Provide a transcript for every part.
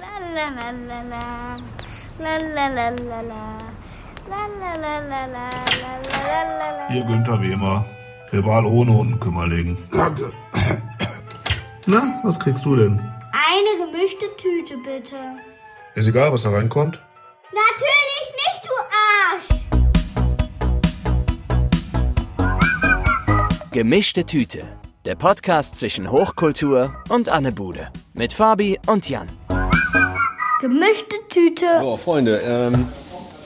la la la la. La la la la la. La la la la la. La la la la la. Ihr Günther wie immer. Rival ohne Unkümmerling. Danke. Na, was kriegst du denn? Eine gemischte Tüte bitte. Ist egal, was da reinkommt. Natürlich nicht, du Arsch! Gemischte Tüte. Der Podcast zwischen Hochkultur und Anne Bude. Mit Fabi und Jan. Gemischte Tüte. So, Freunde, ähm,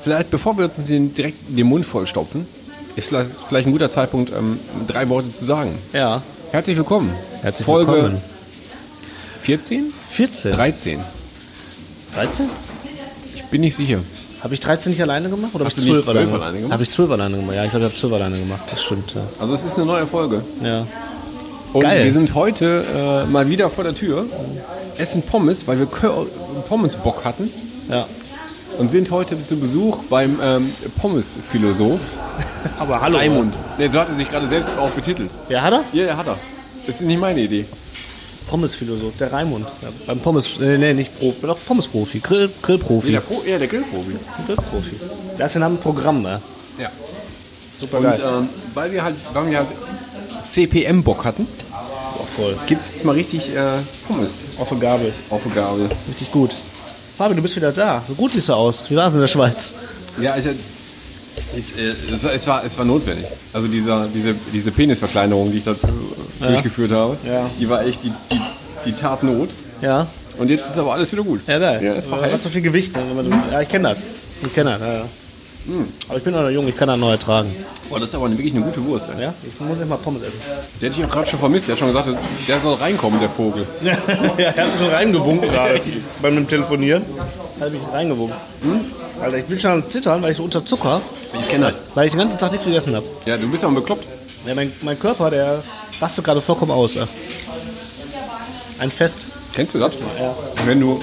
vielleicht bevor wir uns den direkt den Mund vollstopfen, ist vielleicht vielleicht ein guter Zeitpunkt, ähm, drei Worte zu sagen. Ja, Herzlich willkommen. herzlich Folge willkommen. 14? 14? 13? 13? Bin nicht sicher. Habe ich 13 nicht alleine gemacht? Oder habe Hast ich du nicht 12 alleine 12 gemacht? alleine gemacht? Habe ich 12 alleine gemacht? Ja, ich glaube, ich habe 12 alleine gemacht. Das stimmt. Ja. Also es ist eine neue Folge. ja. Und Geil. wir sind heute äh, mal wieder vor der Tür, essen Pommes, weil wir Kö- Pommesbock hatten ja. und sind heute zu Besuch beim ähm, Pommesphilosoph Aber hallo. Raimund. Ne, so hat er sich gerade selbst auch betitelt. Ja, hat er? Ja, ja, hat er. Das ist nicht meine Idee. Pommesphilosoph, der Raimund. Ja, beim Pommes, äh, nee, nicht Profi, doch Pommesprofi, Grill, Nee, Grillprofi. der, Pro, ja, der Grillprofi. Grillprofi. Der ist ja ein Programm, ne? Ja. Super Und ähm, weil wir halt, weil wir halt CPM-Bock hatten, voll. gibt's jetzt mal richtig äh, Pommes Auf der Gabel. auf die Gabel. Richtig gut. Fabi, du bist wieder da. So gut siehst du aus. Wie war es in der Schweiz? Ja, ich, ich, äh, es, war- es, war, es war notwendig. Also dieser, diese, diese Penisverkleinerung, die ich da äh, durchgeführt habe, Ja. die war echt die, die, die Tat Not. Ja. Und jetzt ist aber alles wieder gut. Ja, geil. Ja, es war das hat heiß. so viel Gewicht. Ne? wenn man so- Ja, ich kenne das. Ich kenne das, ja, ja. Aber ich bin auch noch jung, ich kann das noch ertragen. Boah, das ist aber eine- wirklich eine gute Wurst. Ey. Ja? Ich muss nicht mal Pommes essen. Der hätte ich auch gerade schon vermisst. Der hat schon gesagt, der soll reinkommen, der Vogel. ja, er hat mich so reingewunken gerade bei dem Telefonieren. Hat mich reingewunken. Alter, ich bin schon am Zittern, weil ich so unter Zucker, Ich kenne das. weil ich den ganzen Tag nichts gegessen habe. Ja, du bist ja bekloppt. Ja, mein, mein Körper, der rastet gerade vollkommen aus. ey. Ein Fest. Kennst du das? Wenn du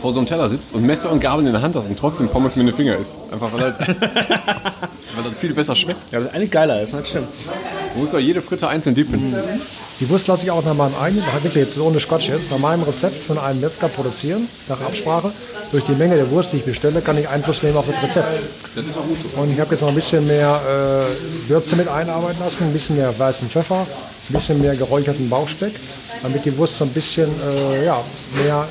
vor so einem Teller sitzt und Messer und Gabel in der Hand hast und trotzdem Pommes mit dem Finger isst. Einfach weil das, weil das viel besser schmeckt. Ja, das eigentlich geiler ist, ne? das stimmt. Du musst ja jede Fritte einzeln dippen. Mhm. Die Wurst lasse ich auch nach meinem eigenen, nach- wirklich jetzt ohne Quatsch jetzt, nach meinem Rezept von einem Metzger produzieren, nach Absprache. Durch die Menge der Wurst, die ich bestelle, kann ich Einfluss nehmen auf das Rezept. Das ist auch gut so. Und ich habe jetzt noch ein bisschen mehr äh, Würze mit einarbeiten lassen, ein bisschen mehr weißen Pfeffer, ein bisschen mehr geräucherten Bauchspeck, damit die Wurst so ein bisschen äh, ja, mehr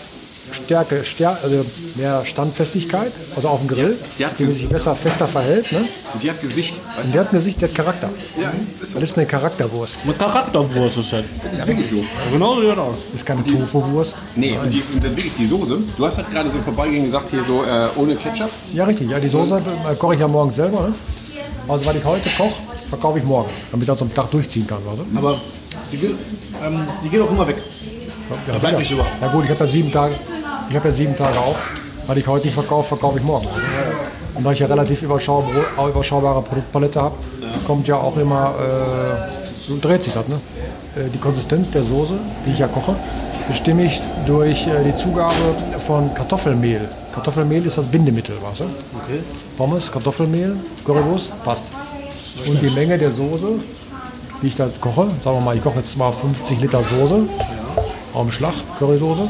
Stärke, Stär also mehr Standfestigkeit, also auf dem Grill, die hat die sich besser fester verhält. Ne? Und die hat Gesicht. Weißt Und die hat eine Sicht, die hat Charakter. du? Ja, ist so. Das ist eine Charakterwurst, Mit Charakterwurst ist das. Das ist wirklich so. Genau so sieht das aus. das ist keine Tofu-Wurst. Nee, und, die, und dann wirklich die Soße. Du hast halt gerade so im Vorbeigehen gesagt, hier so äh, ohne Ketchup. Ja, richtig. Ja, die Soße äh, koche ich ja morgen selber. Ne? Also, was ich heute koche, verkaufe ich morgen, damit ich das am Tag durchziehen kann. Also. Aber die, geht- ähm, die geht auch immer weg. Ja, bleibt sicher. nicht über. Ja, gut, ich habe ja sieben Tage, ich habe ja sieben Tage auf. Was ich heute nicht verkaufe, verkaufe ich morgen. Und da ich ja relativ überschaubare, auch überschaubare Produktpalette habe, kommt ja auch immer, äh, so dreht sich das. Ne? Äh, Die Konsistenz der Soße, die ich ja koche, bestimme ich durch äh, die Zugabe von Kartoffelmehl. Kartoffelmehl ist das Bindemittel, weißt du? Pommes, Kartoffelmehl, Currywurst, passt. Und die Menge der Soße, die ich da koche, sagen wir mal, ich koche jetzt mal 50 Liter Soße, auf dem Schlag, Currysoße,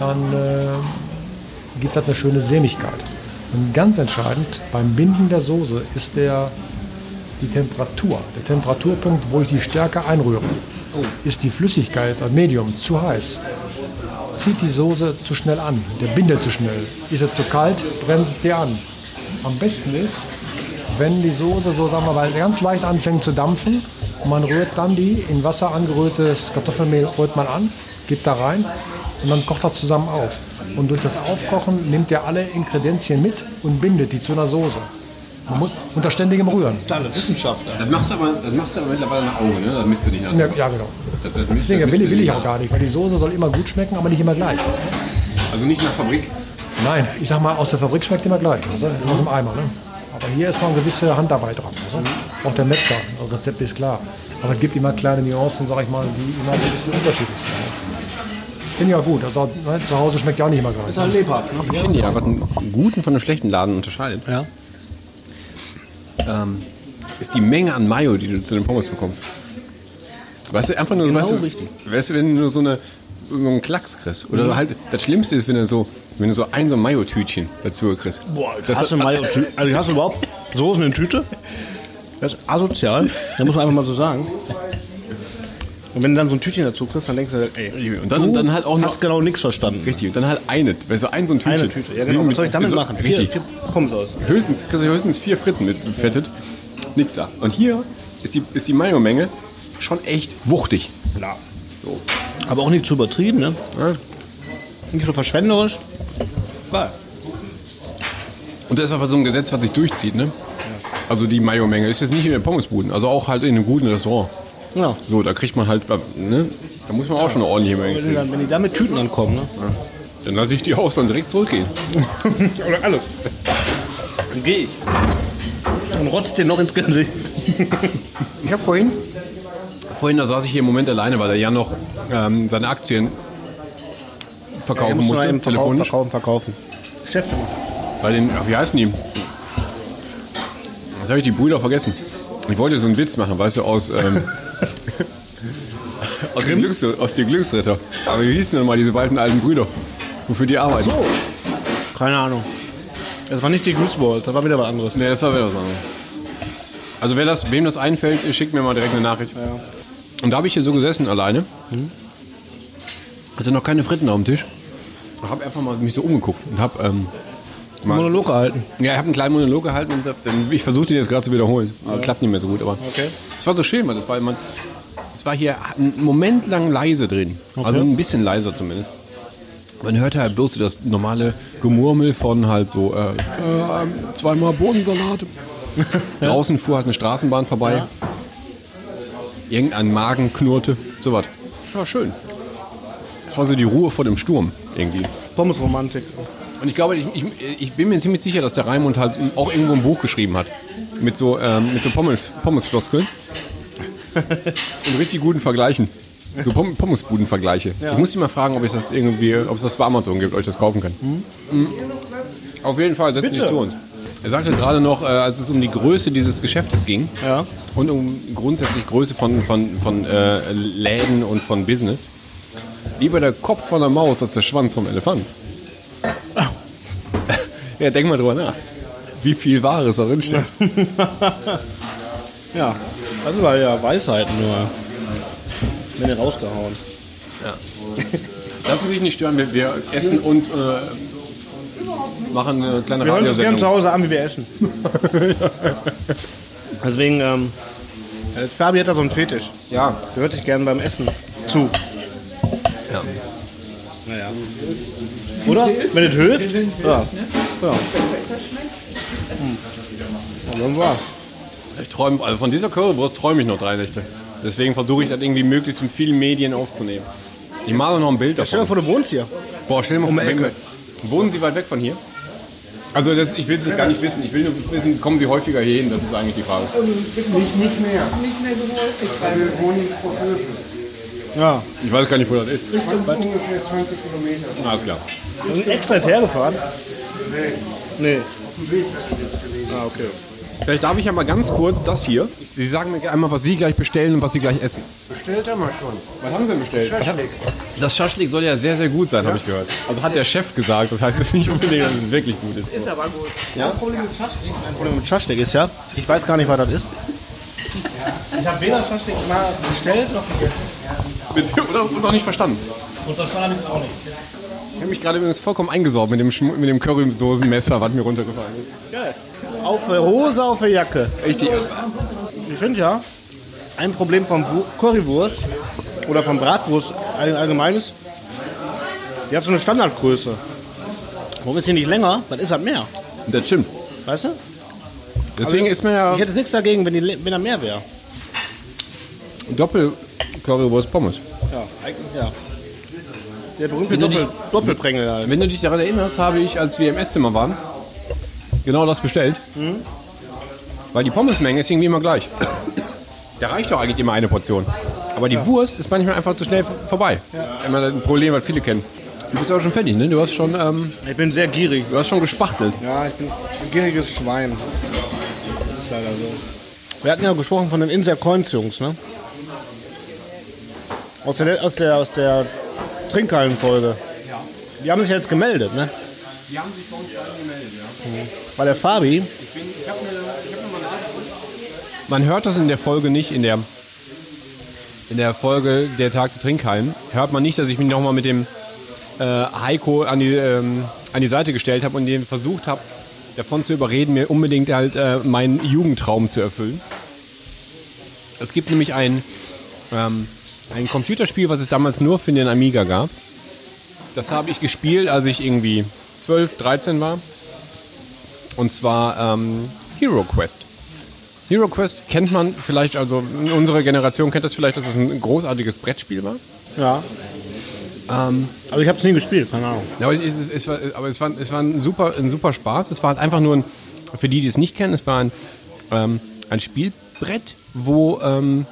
dann äh, gibt das eine schöne Sämigkeit. Und ganz entscheidend beim Binden der Soße ist der, die Temperatur, der Temperaturpunkt, wo ich die Stärke einrühre. Ist die Flüssigkeit, das Medium, zu heiß, zieht die Soße zu schnell an, der bindet zu schnell. Ist er zu kalt, brennt es dir an. Am besten ist, wenn die Soße so, sagen wir mal, ganz leicht anfängt zu dampfen und man rührt dann die in Wasser angerührtes Kartoffelmehl, rührt man an, gibt da rein und dann kocht das zusammen auf. Und durch das Aufkochen nimmt er alle Inkredenzien mit und bindet die zu einer Soße. Man muss unter ständigem Rühren. Deine Wissenschaftler. Das machst du aber, das machst du aber mittlerweile nach Auge, ne? Das misst du nicht nach. Ja, ja genau. Das, das misst, Deswegen das misst will, du will nicht ich nach. auch gar nicht, weil die Soße soll immer gut schmecken, aber nicht immer gleich. Also nicht nach Fabrik. Nein, ich sag mal, aus der Fabrik schmeckt immer gleich. Also aus dem Eimer. Ne? Aber hier ist mal eine gewisse Handarbeit dran. Also. Auch der Metzger, das Rezept ist klar. Aber es gibt immer kleine Nuancen, sag ich mal, die immer ein bisschen unterschiedlich sind. ne? Finde ich ja gut. Also, ne, zu Hause schmeckt ja auch nicht immer gleich. Das ist lebhaft, ne? Ich finde ja, was einen guten von einem schlechten Laden unterscheidet, Ja. ist die Menge an Mayo, die du zu den Pommes bekommst. Weißt du, einfach nur, Genau weißt du, richtig. Weißt du, wenn du so eine, so einen Klacks kriegst. Mhm. Oder halt, das Schlimmste ist, wenn du so, wenn du so ein so ein Mayo-Tütchen dazu kriegst. Boah, das hast du mal. Also hast du überhaupt Soßen in Tüte? Das ist asozial. Da muss man einfach mal so sagen. Und wenn du dann so ein Tütchen dazu kriegst, dann denkst du, ey, Und dann- du dann halt auch noch- hast genau nichts verstanden. Richtig, und dann halt eine, weißt du, ein so ein Tütchen. Eine Tüte, ja genau. Was soll ich damit so, machen? Vier, Richtig. vier Pommes aus. Höchstens, kriegst du höchstens vier Fritten mit befettet. Nix da. Und hier ist die, ist die Mayo-Menge schon echt wuchtig. Na. So. Aber auch nicht zu übertrieben, ne? Ja. Nicht so verschwenderisch. Geil. Und das ist einfach so ein Gesetz, was sich durchzieht, ne? Also die Mayo-Menge ist jetzt nicht in den Pommesbuden, also auch halt in einem guten Restaurant. Ja. So, da kriegt man halt, ne? Da muss man auch schon eine ordentliche Menge Wenn die, kriegen. dann, wenn die da mit Tüten ankommen, ne? Dann lasse ich die auch dann direkt zurückgehen. Oder alles. Dann gehe ich. Und rotzt dir noch ins Gesicht. Ich habe vorhin, vorhin, da saß ich hier im Moment alleine, weil der Jan noch ähm, seine Aktien verkaufen musste, telefonisch. verkaufen, verkaufen. Geschäfte machen. Bei den, ach, wie heißen die? Jetzt habe ich die Brüder vergessen. Ich wollte so einen Witz machen, weißt du, aus, ähm, aus, den, Glücks, aus den Glücksritter. Aber wie hießen denn mal diese beiden alten Brüder? Wofür die arbeiten? So. Keine Ahnung. Das war nicht die Griswolds, das war wieder was anderes. Nee, das war wieder was anderes. Also wer das, wem das einfällt, äh, schickt mir mal direkt eine Nachricht. Und da habe ich hier so gesessen alleine. Hatte noch keine Fritten auf dem Tisch. Und habe einfach mal mich so umgeguckt und habe ähm, mal- Monolog gehalten. Ja, ich habe einen kleinen Monolog gehalten und hab, dann- ich versuchte den jetzt gerade zu wiederholen. Aber klappt nicht mehr so gut. Aber Okay. es war so schön, weil das war, man, es war hier einen Moment lang leise drin. Also ein bisschen leiser zumindest. Man hörte halt bloß so das normale Gemurmel von halt so äh, äh, zweimal Bodensalat. Draußen fuhr halt eine Straßenbahn vorbei. Irgendein Magen knurrte. Sowas. War schön. Es war so die Ruhe vor dem Sturm irgendwie. Pommesromantik. Und ich glaube, ich, ich, ich bin mir ziemlich sicher, dass der Raimund halt auch irgendwo ein Buch geschrieben hat. Mit so, ähm, mit so Pommes, Pommesfloskeln. Und richtig guten Vergleichen. So Pom Pommesbuden-Vergleiche. Ich muss dich mal fragen, ob, ich das irgendwie, ob es das bei Amazon gibt, ob ich das kaufen kann. Mhm. Auf jeden Fall, setz dich zu uns. Er sagte gerade noch, äh, als es um die Größe dieses Geschäftes ging Ja. und um grundsätzlich Größe von, von, von äh, Läden und von Business, lieber der Kopf von der Maus als der Schwanz vom Elefant. Ja, denk mal drüber nach. Wie viel Wahres da drin steckt. Ja. Das war ja Weisheit nur. Wenn ihr rausgehauen. Lassen Sie sich nicht stören, wir, wir essen und äh, machen eine kleine Wir hören uns gerne zu Radiosendung. Hause an, wie wir essen. Deswegen, ähm, äh, Fabi hat da so einen Fetisch. Ja. Der hört sich gerne beim Essen zu. ja. Naja. Oder? Wenn es hilft? Ja. ja. Hm. Und dann war's. Ich träum, also von dieser Currywurst träume ich noch drei Nächte. Deswegen versuche ich das irgendwie möglichst in vielen Medien aufzunehmen. Ich male noch ein Bild Stell dir davon. vor, du wohnst hier. Boah, stell dir mal vor, die wenn Ecke. wir- Um wohnen Sie weit weg von hier? Also das, ich will es gar nicht wissen. Ich will nur wissen, kommen Sie häufiger hier hin? Das ist eigentlich die Frage. Nicht, nicht mehr. Nicht mehr so häufig, Also weil wir wohnen in Sprockhöfen. Ja. Ich weiß gar nicht, wo das ist. Ungefähr 20 Kilometer. Alles klar. Wir sind extra jetzt hergefahren. Nee. Nee. Ah, Vielleicht darf ich ja mal ganz kurz das hier. Sie sagen mir einmal, was Sie gleich bestellen und was Sie gleich essen. Bestellt haben wir schon. Was haben Sie denn bestellt? Schaschlik. Das Schaschlik soll ja sehr, sehr gut sein, habe ich gehört. Also hat der Chef gesagt. Das heißt jetzt nicht unbedingt, dass es wirklich gut ist. Mein Problem mit Schaschlik, mein Problem mit Schaschlik ist ja, ich weiß gar nicht, was das ist. Ich habe weder Schaschlik mal bestellt noch gegessen. Bitte, Oder Und noch nicht verstanden. Und das war damit auch nicht. Ich habe mich gerade übrigens vollkommen eingesaugt mit dem, Schm- mit dem Currysoßenmesser, was mir runtergefallen ist. Geil. Auf der Hose, auf der Jacke. Richtig. Ich finde ja, ein Problem von Bu- Currywurst oder von Bratwurst all- allgemeines, die hat so eine Standardgröße. Warum ist die nicht länger? Dann ist das mehr. Das stimmt. Weißt du? Deswegen ist mir ja Also, Ich hätte nichts dagegen, wenn, die, le- wenn da mehr wäre. Doppel-Currywurst-Pommes. Ja, eigentlich ja. Der berühmte Doppel, Doppelprängel halt. Wenn du dich daran erinnerst, habe ich, als wir im Esszimmer waren, genau das bestellt. Hm? Weil die Pommesmenge ist irgendwie immer gleich. Da reicht doch eigentlich immer eine Portion. Aber die Wurst ist manchmal einfach zu schnell vorbei. Immer ein Problem, was viele kennen. Du bist aber schon fertig, ne? Du hast schon, ähm, Ich bin sehr gierig. du hast schon gespachtelt. Ja, ich bin ein gieriges Schwein. Das ist leider so. Wir hatten ja gesprochen von den Inser Coins Jungs, ne? Aus der, aus der, aus der Trinkhallenfolge. Die haben sich jetzt gemeldet, ne? Die haben sich bei uns beide gemeldet, ja. Weil der Fabi, Man hört das in der Folge nicht, in der, in der Folge Der Tag der Trinkhallen, hört man nicht, dass ich mich nochmal mit dem äh, Heiko an die, ähm, an die Seite gestellt habe und den versucht habe, davon zu überreden, mir unbedingt halt äh, meinen Jugendtraum zu erfüllen. Es gibt nämlich ein, ähm, ein Computerspiel, was es damals nur für den Amiga gab. Das habe ich gespielt, als ich irgendwie 12, 13 war. Und zwar ähm, Hero Quest. Hero Quest kennt man vielleicht, also unsere Generation kennt das vielleicht, dass es das ein großartiges Brettspiel war. ja. Aber ich habe es nie gespielt, keine Ahnung. Ja, Aber es, es, es war, aber es war, es war ein, super, ein super Spaß. Es war halt einfach nur ein, für die, die es nicht kennen, es war ein, ähm, ein Spielbrett, wo ähm,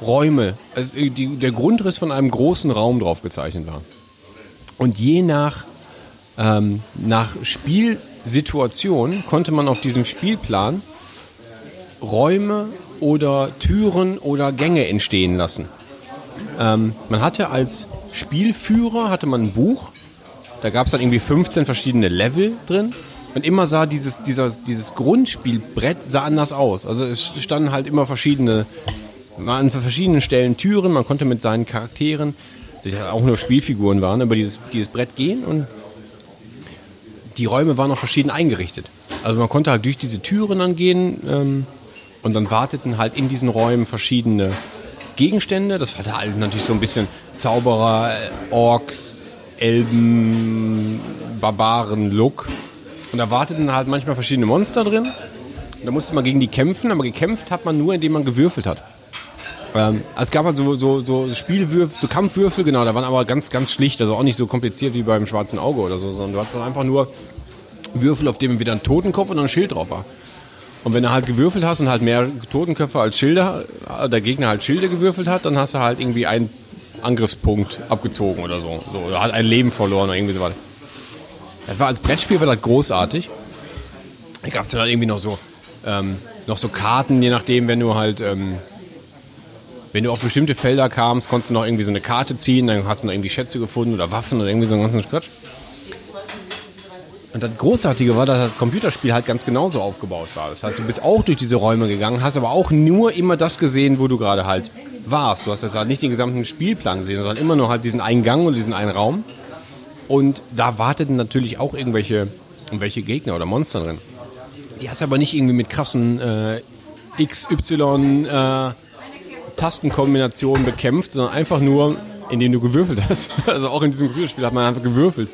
Räume, also äh, die, der Grundriss von einem großen Raum drauf gezeichnet war. Und je nach, ähm, nach Spielsituation konnte man auf diesem Spielplan Räume oder Türen oder Gänge entstehen lassen. Ähm, man hatte als Spielführer hatte man ein Buch, da gab es dann irgendwie 15 verschiedene Level drin. Und immer sah dieses, dieser, dieses Grundspielbrett sah anders aus. Also es standen halt immer verschiedene, waren an verschiedenen Stellen Türen, man konnte mit seinen Charakteren, die ja auch nur Spielfiguren waren, über dieses, dieses Brett gehen und die Räume waren auch verschieden eingerichtet. Also man konnte halt durch diese Türen dann gehen ähm, und dann warteten halt in diesen Räumen verschiedene Gegenstände. Das war da halt natürlich so ein bisschen Zauberer, äh, Orks, Elben, Barbaren-Look. Und da warteten halt manchmal verschiedene Monster drin. Und da musste man gegen die kämpfen, aber gekämpft hat man nur, indem man gewürfelt hat. Ähm, also es gab halt so, so, so Spielwürfel, so Kampfwürfel, genau, da waren aber ganz, ganz schlicht, also auch nicht so kompliziert wie beim schwarzen Auge oder so, sondern du hattest dann einfach nur Würfel, auf dem wieder ein Totenkopf und ein Schild drauf war. Und wenn du halt gewürfelt hast und halt mehr Totenköpfe als Schilder, äh, der Gegner halt Schilde gewürfelt hat, dann hast du halt irgendwie einen Angriffspunkt abgezogen oder so. so oder hat ein Leben verloren oder irgendwie sowas. Das war als Brettspiel war das großartig. Da gab es dann halt irgendwie noch so, ähm, noch so Karten, je nachdem, wenn du halt, ähm, wenn du auf bestimmte Felder kamst, konntest du noch irgendwie so eine Karte ziehen, dann hast du noch irgendwie Schätze gefunden oder Waffen oder irgendwie so einen ganzen Quatsch. Und das Großartige war, dass das Computerspiel halt ganz genauso aufgebaut war. Das heißt, du bist auch durch diese Räume gegangen, hast aber auch nur immer das gesehen, wo du gerade halt warst. Du hast jetzt halt nicht den gesamten Spielplan gesehen, sondern immer nur halt diesen einen Gang und diesen einen Raum. Und da warteten natürlich auch irgendwelche, irgendwelche Gegner oder Monster drin. Die hast du aber nicht irgendwie mit krassen äh, XY äh, Tastenkombinationen bekämpft, sondern einfach nur, indem du gewürfelt hast. Also auch in diesem Computerspiel hat man einfach gewürfelt.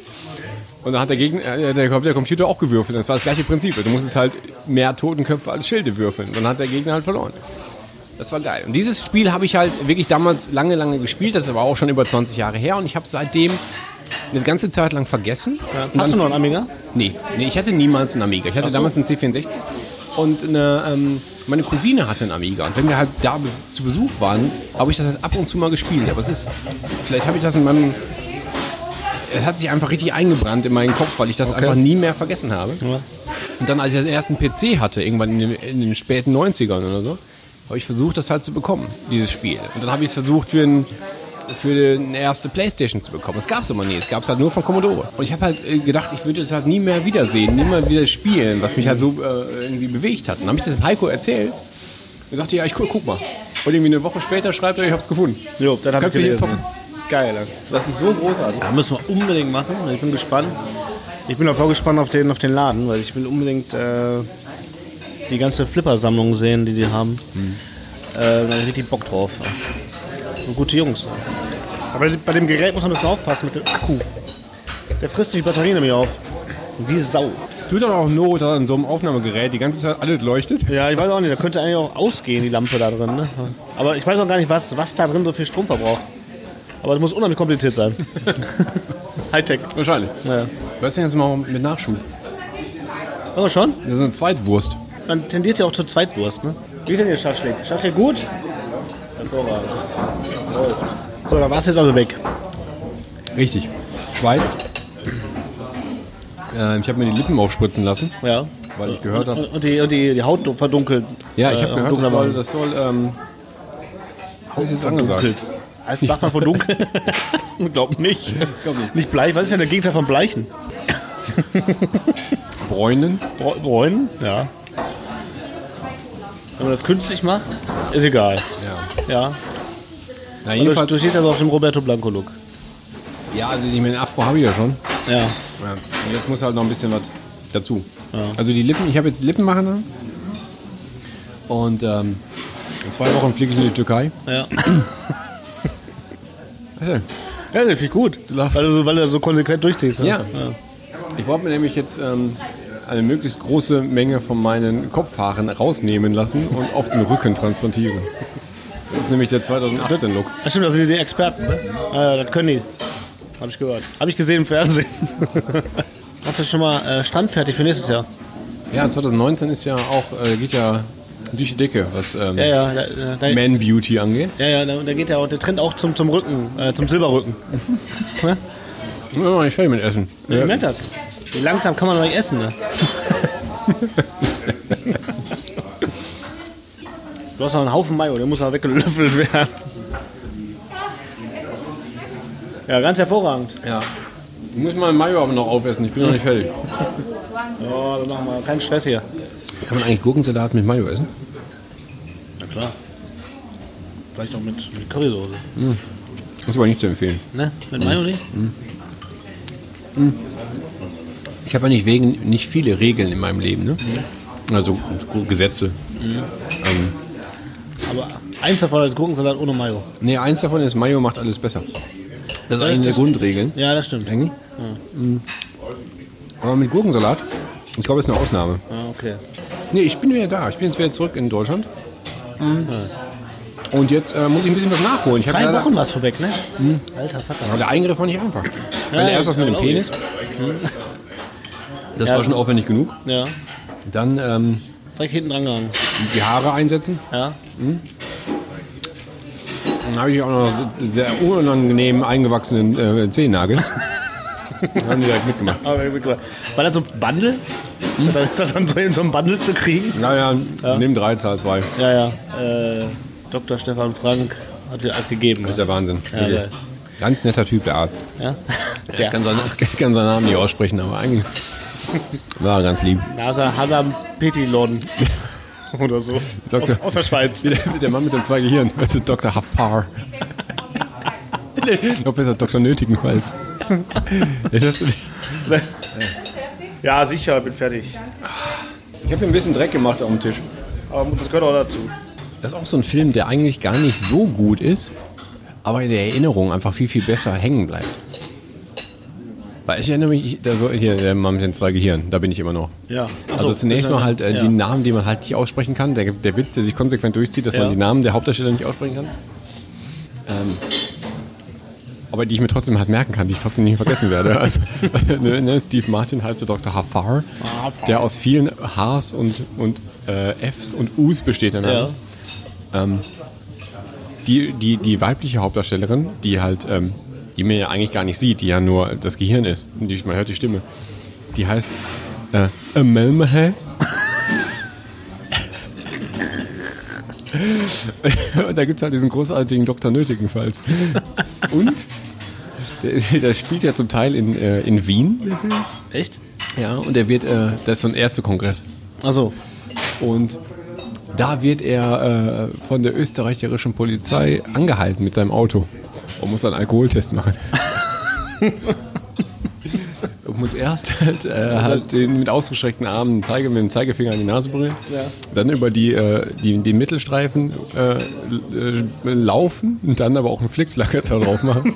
Und dann hat der, Gegner, äh, der, der Computer auch gewürfelt. Das war das gleiche Prinzip. Du musstest halt mehr Totenköpfe als Schilde würfeln. Dann hat der Gegner halt verloren. Das war geil. Und dieses Spiel habe ich halt wirklich damals lange, lange gespielt. Das war auch schon über 20 Jahre her. Und ich habe seitdem eine ganze Zeit lang vergessen. Und Hast du dann- noch einen Amiga? Nee, nee, ich hatte niemals einen Amiga. Ich hatte damals einen C64. Und eine, ähm, meine Cousine hatte einen Amiga. Und wenn wir halt da be zu Besuch waren, habe ich das halt ab und zu mal gespielt. Aber es ist, vielleicht habe ich das in meinem, es hat sich einfach richtig eingebrannt in meinen Kopf, weil ich das einfach nie mehr vergessen habe. Und dann, als ich den ersten PC hatte, irgendwann in den, in den späten 90ern oder so, habe ich versucht, das halt zu bekommen, dieses Spiel. Und dann habe ich es versucht, für ein für eine erste Playstation zu bekommen. Das gab es aber nie. Es gab es halt nur von Commodore. Und ich habe halt äh, gedacht, ich würde das halt nie mehr wiedersehen, nie mehr wieder spielen, was mich halt so äh, irgendwie bewegt hat. Und dann habe ich das dem Heiko erzählt. Er sagte, ja, ich guck, guck mal. Und irgendwie eine Woche später schreibt er, ich habe es gefunden. Jo, das hab ich Kannst du hier gelesen. zocken. Geil. Das ist so großartig. Da müssen wir unbedingt machen. Ich bin gespannt. Ich bin auch vorgespannt auf den, auf den Laden, weil ich will unbedingt äh, die ganze Flipper-Sammlung sehen, die die haben. Äh, da hab ich richtig Bock drauf. Und gute Jungs. Aber bei dem Gerät muss man ein bisschen aufpassen mit dem Akku. Der frisst die Batterie nämlich auf. Wie Sau. Tut dann auch Not, dass an so einem Aufnahmegerät die ganze Zeit alles leuchtet. Ja, ich weiß auch nicht, da könnte eigentlich auch ausgehen, die Lampe da drin. Ne? Aber ich weiß auch gar nicht, was, was da drin so viel Strom verbraucht. Aber das muss unheimlich kompliziert sein. Hightech. Wahrscheinlich. Naja. Was denn jetzt mal mit Nachschub? Aber schon? Das ist eine Zweitwurst. Man tendiert ja auch zur Zweitwurst, ne? Wie ist denn Ihr Schaschlik? Schaschlik gut? Hervorragend. So, da war es jetzt also weg. Richtig. Schweiz. Äh, ich habe mir die Lippen aufspritzen lassen, Ja. weil ich gehört habe, Und, und, die, und die, die Haut verdunkelt. Ja, ich Äh, habe gehört, das dunkler soll, machen. das soll, ähm, das ist jetzt angesagt. Verdunkelt. Heißt, sagt man von dunkel? Glaub nicht. nicht. bleich. Was ist denn der Gegenteil von Bleichen? Bräunen. Bra- Bräunen? Ja. Wenn man das künstlich macht, ist egal. Ja. Na, Du, du jedenfalls. stehst also auf dem Roberto Blanco-Look. Ja, also ich meine, Afro habe ich ja schon. Ja. Ja. Und jetzt muss halt noch ein bisschen was dazu. Also die Lippen, ich habe jetzt Lippen machen lassen. Und ähm, in zwei Wochen fliege ich in die Türkei. Ja. Also, Ja, das finde ich gut. Du lachst. Weil du, so, weil du so konsequent durchziehst. ne? Ja. Ich wollte mir nämlich jetzt ähm, eine möglichst große Menge von meinen Kopfhaaren rausnehmen lassen und auf den Rücken transplantieren. Das ist nämlich der 2018-Look. Ach stimmt, das sind die Experten, ne? Ja, das können die. Habe ich gehört. Habe ich gesehen im Fernsehen. Hast du schon mal äh, Strand fertig für nächstes Jahr? Ja, 2019 ist ja auch, äh, geht ja durch die Decke, was ähm, Ja, ja. Da, da, Man Beauty angeht. ja, ja, da, da geht ja auch der Trend auch zum, zum Rücken, äh, zum Silberrücken. Ja, ich fertig mit Essen. Ich merk das. Wie langsam kann man noch nicht essen, ne? du hast noch einen Haufen Mayo, der muss noch weggelöffelt werden. Ja, ganz hervorragend. Ja. Ich muss meinen Mayo aber noch aufessen, ich bin noch nicht fertig. Ja, Oh, dann machen wir keinen Stress hier. Kann man eigentlich Gurkensalat mit Mayo essen? Na klar. Vielleicht auch mit, mit Currysoße. Ist aber nicht zu empfehlen. Ne? Mit Mayo nicht? Ich habe ja nicht wegen nicht viele Regeln in meinem Leben, ne? Also Gesetze. Aber eins davon ist Gurkensalat ohne Mayo. Nee, eins davon ist, Mayo macht alles besser. Das ist Also eine der Grundregeln, Ja, das stimmt. eigentlich. Mm. Aber mit Gurkensalat, ich glaube, das ist eine Ausnahme. Ah, okay. Nee, ich bin wieder da. Ich bin jetzt wieder zurück in Deutschland. Hm. Und jetzt äh, muss ich ein bisschen was nachholen. Ich hab Drei leider- Hm. Wochen warst du weg, ne? Alter Vater. Aber der Eingriff war nicht einfach. ja, Weil erst was mit dem glaub ich. Penis. Hm. Das war schon aufwendig genug. Ja. Dann ähm, Direkt hinten dran gegangen. die Haare einsetzen. Ja. Dann habe ich auch noch so sehr unangenehm eingewachsenen äh, Zehennagel. haben die direkt mitgemacht. Aber irgendwie klar. War das so ein Bundle? Hm. Ist das- Ist das dann so in so einem Bundle zu kriegen? Naja, nimm drei, zahl zwei. Ja, ja. Äh, Dr. Stefan Frank hat wieder alles gegeben. Das ist der Wahnsinn. Ja, geil. Ganz netter Typ, der Arzt. Ja? Ich kann, ne? seinen, ich kann seinen Namen nicht aussprechen, aber eigentlich war er ganz lieb. NASA Hasam Petilon. Oder so. Dr. Aus der Schweiz. Wie der, wie der Mann mit den zwei Gehirnen. Also Dr. Hafar. nee, noch besser Dr. Nötigenfalls. Ist das- Ja, sicher, bin fertig. Ich habe ein bisschen Dreck gemacht auf dem Tisch. Aber das gehört auch dazu. Das ist auch so ein Film, der eigentlich gar nicht so gut ist, aber in der Erinnerung einfach viel, viel besser hängen bleibt. Weil ich erinnere mich, ich- da so, hier, der Mann mit den zwei Gehirnen, da bin ich immer noch. Ja. Also zunächst mal halt äh, die Namen, die man halt nicht aussprechen kann. Der, der Witz, der sich konsequent durchzieht, dass Ja. man die Namen der Hauptdarsteller nicht aussprechen kann. Ähm, aber die ich mir trotzdem halt merken kann, die ich trotzdem nicht vergessen werde. Also, ne, ne, Steve Martin heißt der Dr. Hafar, der aus vielen Hs und, und äh, Fs und Us besteht. Der Name. Ja. Die, die, die weibliche Hauptdarstellerin, die halt, ähm, die mir ja eigentlich gar nicht sieht, die ja nur das Gehirn ist, die, man hört die Stimme, die heißt äh, Amelmahe. Und da gibt es halt diesen großartigen Dr. Nötigenfalls. Und der, der spielt ja zum Teil in, äh, in Wien, der Film. Echt? Ja, und er wird, äh, das ist so ein Ärztekongress. Achso. Und da wird er äh, von der österreichischen Polizei angehalten mit seinem Auto und muss einen Alkoholtest machen. und muss erst halt, äh, halt den mit ausgestreckten Armen Zeige, mit dem Zeigefinger an die Nase bringen, dann über die, äh, die, den Mittelstreifen äh, l- äh, laufen und dann aber auch einen Flickflacker da drauf machen.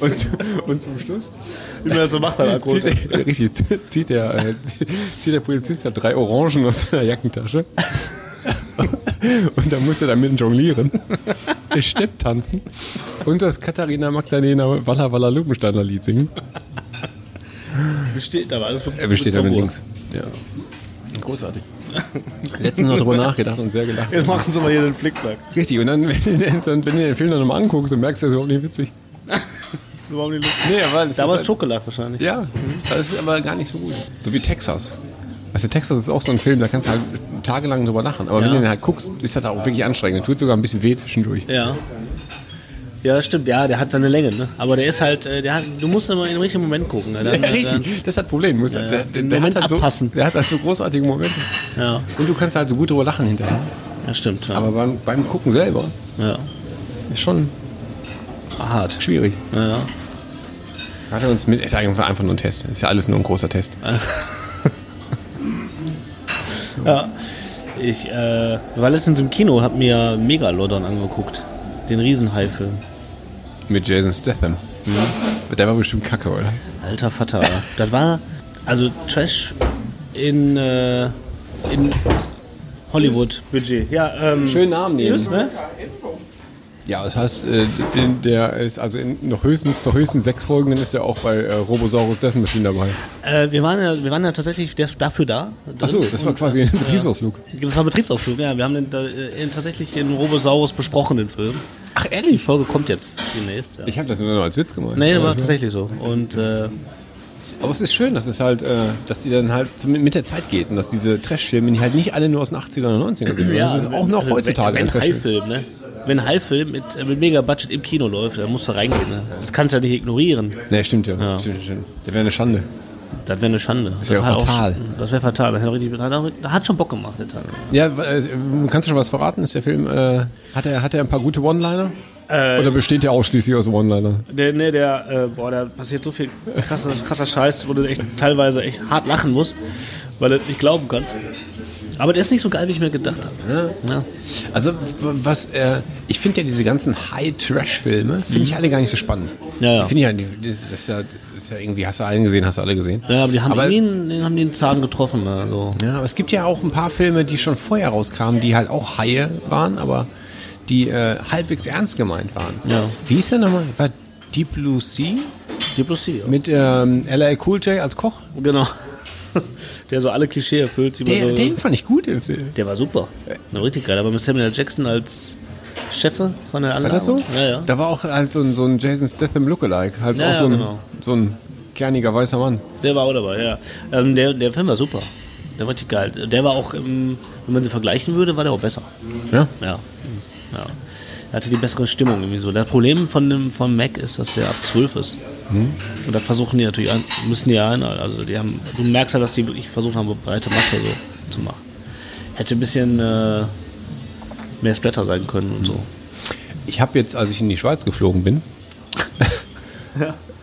und, und zum Schluss Wie man das so macht bei Alkohol. zieht, er- richtig, z- zieht, der, äh, zieht der Polizist ja drei Orangen aus seiner Jackentasche. Und dann muss er damit jonglieren, Stepp tanzen und das Katharina Magdalena Walla Walla Lupensteiner Lied singen. Besteht aber alles mit- Er besteht damit Bravour. links. Ja. Großartig. Letztens noch drüber nachgedacht und sehr gelacht. Jetzt machen sie mal hier den Flickflack. Richtig, und dann, wenn du den, dann, wenn du den Film dann nochmal anguckst, dann merkst du, das ist überhaupt nicht witzig. Warum um die Luft? Nee, weil das Da ist war halt- es Schokolade wahrscheinlich. Ja, das ist aber gar nicht so gut. So wie Texas. Weißt du, Texas ist auch so ein Film, da kannst du halt tagelang drüber lachen. Aber wenn du den halt guckst, ist das auch wirklich anstrengend. Tut sogar ein bisschen weh zwischendurch. Ja. Ja, das stimmt. Ja, der hat seine Länge, ne? Aber der ist halt, äh, der hat, du musst immer in den richtigen Moment gucken. Ne? Dann, Ja, Dann, richtig, das ist das Problem. Muss der, der, der, den hat Moment halt so, abpassen. der hat halt so großartige Momente. ja, Und du kannst halt so gut drüber lachen hinterher. das stimmt. Ja. Aber beim, beim Gucken selber ja. ist schon hart, schwierig. Ja, ja. Hat er uns mit, ist ja einfach einfach nur ein Test. Ist ja alles nur ein großer Test. Ja. Ich äh, war letztens im Kino, hab mir Megalodon angeguckt. Den Riesenhai-Film. Mit Jason Statham. Mhm. Der war bestimmt kacke, oder? Alter Vater. das war also Trash in, äh, in Hollywood. Budget. Ja, ähm, Schönen Namen nehmen. Tschüss, ne? Ja, das heißt, äh, den, der ist also in noch höchstens, noch höchstens sechs Folgen, dann ist er auch bei äh, Robosaurus Death Machine dabei. Äh, wir, waren ja, wir waren ja tatsächlich des- dafür da. Achso, das war äh, quasi ein Betriebsausflug. Das war Betriebsausflug, ja. Wir haben den, da, äh, tatsächlich den Robosaurus besprochen, den Film. Ach, ehrlich? Die Folge kommt jetzt demnächst. Ja. Ich mhm. habe das nur noch als Witz gemacht. Nee, das aber, war tatsächlich so. Und äh, aber es ist schön, dass es halt, äh, dass die dann halt zum- mit der Zeit geht und dass diese Trash-Filme die halt nicht alle nur aus den 80ern und 90ern sind. sondern ja, das ist auch noch also heutzutage wenn, ein wenn ein Trash-Film. High-Film, ne? Wenn ein High-Film mit, äh, mit Mega-Budget im Kino läuft, dann musst du reingehen. Ne? Das kannst du ja nicht ignorieren. Nee, stimmt ja. Ja. Stimmt, stimmt. Der wäre eine Schande. Das wäre eine Schande. Das wär war auch- fatal. Das wäre fatal. Das hat, richtig, hat, auch- hat schon Bock gemacht, der Tag. Ja, w- äh, kannst du schon was verraten? Ist der Film, äh, hat er hat er ein paar gute One-Liner? Äh, Oder besteht der ausschließlich aus One-Liner? Der, ne, der, äh, boah, da passiert so viel krasser, krasser Scheiß, wo du echt teilweise echt hart lachen musst, weil du es nicht glauben kannst. Aber der ist nicht so geil, wie ich mir gedacht habe. Ja. Also w- was, äh, ich finde ja diese ganzen High-Trash-Filme, finde ich alle gar nicht so spannend. Mhm. Ja, ja. Finde ich ja, die- das ist ja, das ist ja irgendwie, hast du einen gesehen, hast du alle gesehen. ja, aber die haben eh- aber, irgendwie einen, den haben den Zahn getroffen. Also. ja, aber es gibt ja auch ein paar Filme, die schon vorher rauskamen, die halt auch Haie waren, aber die äh, halbwegs ernst gemeint waren. Ja. Wie hieß der nochmal? War Deep Blue Sea Diplomatie, ja. mit ähm, L.A. Cool J als Koch? Genau. Der so alle Klischee erfüllt. Die man Der, so, den fand ich gut, den Film. der war super. Der war richtig geil. Aber mit Samuel L. Jackson als Chefe von der War Anlage. das so? Ja, ja. Da war auch halt so ein, so ein Jason Statham Lookalike. Halt Ja, auch so ja, ein, genau. so ein kerniger weißer Mann. Der war auch dabei, ja. Ähm, der, der Film war super. Der war richtig geil. Der war auch, ähm, wenn man sie vergleichen würde, war der auch besser. Ja? Ja. ja. Er hatte die bessere Stimmung irgendwie so. Das Problem von dem von Mac ist, dass der ab 12 ist. Und da versuchen die natürlich an, müssen die ja an, also die haben, du merkst ja, dass die wirklich versucht haben, eine breite Masse so zu machen. Hätte ein bisschen äh, mehr Splatter sein können und so. Ich habe jetzt, als ich in die Schweiz geflogen bin,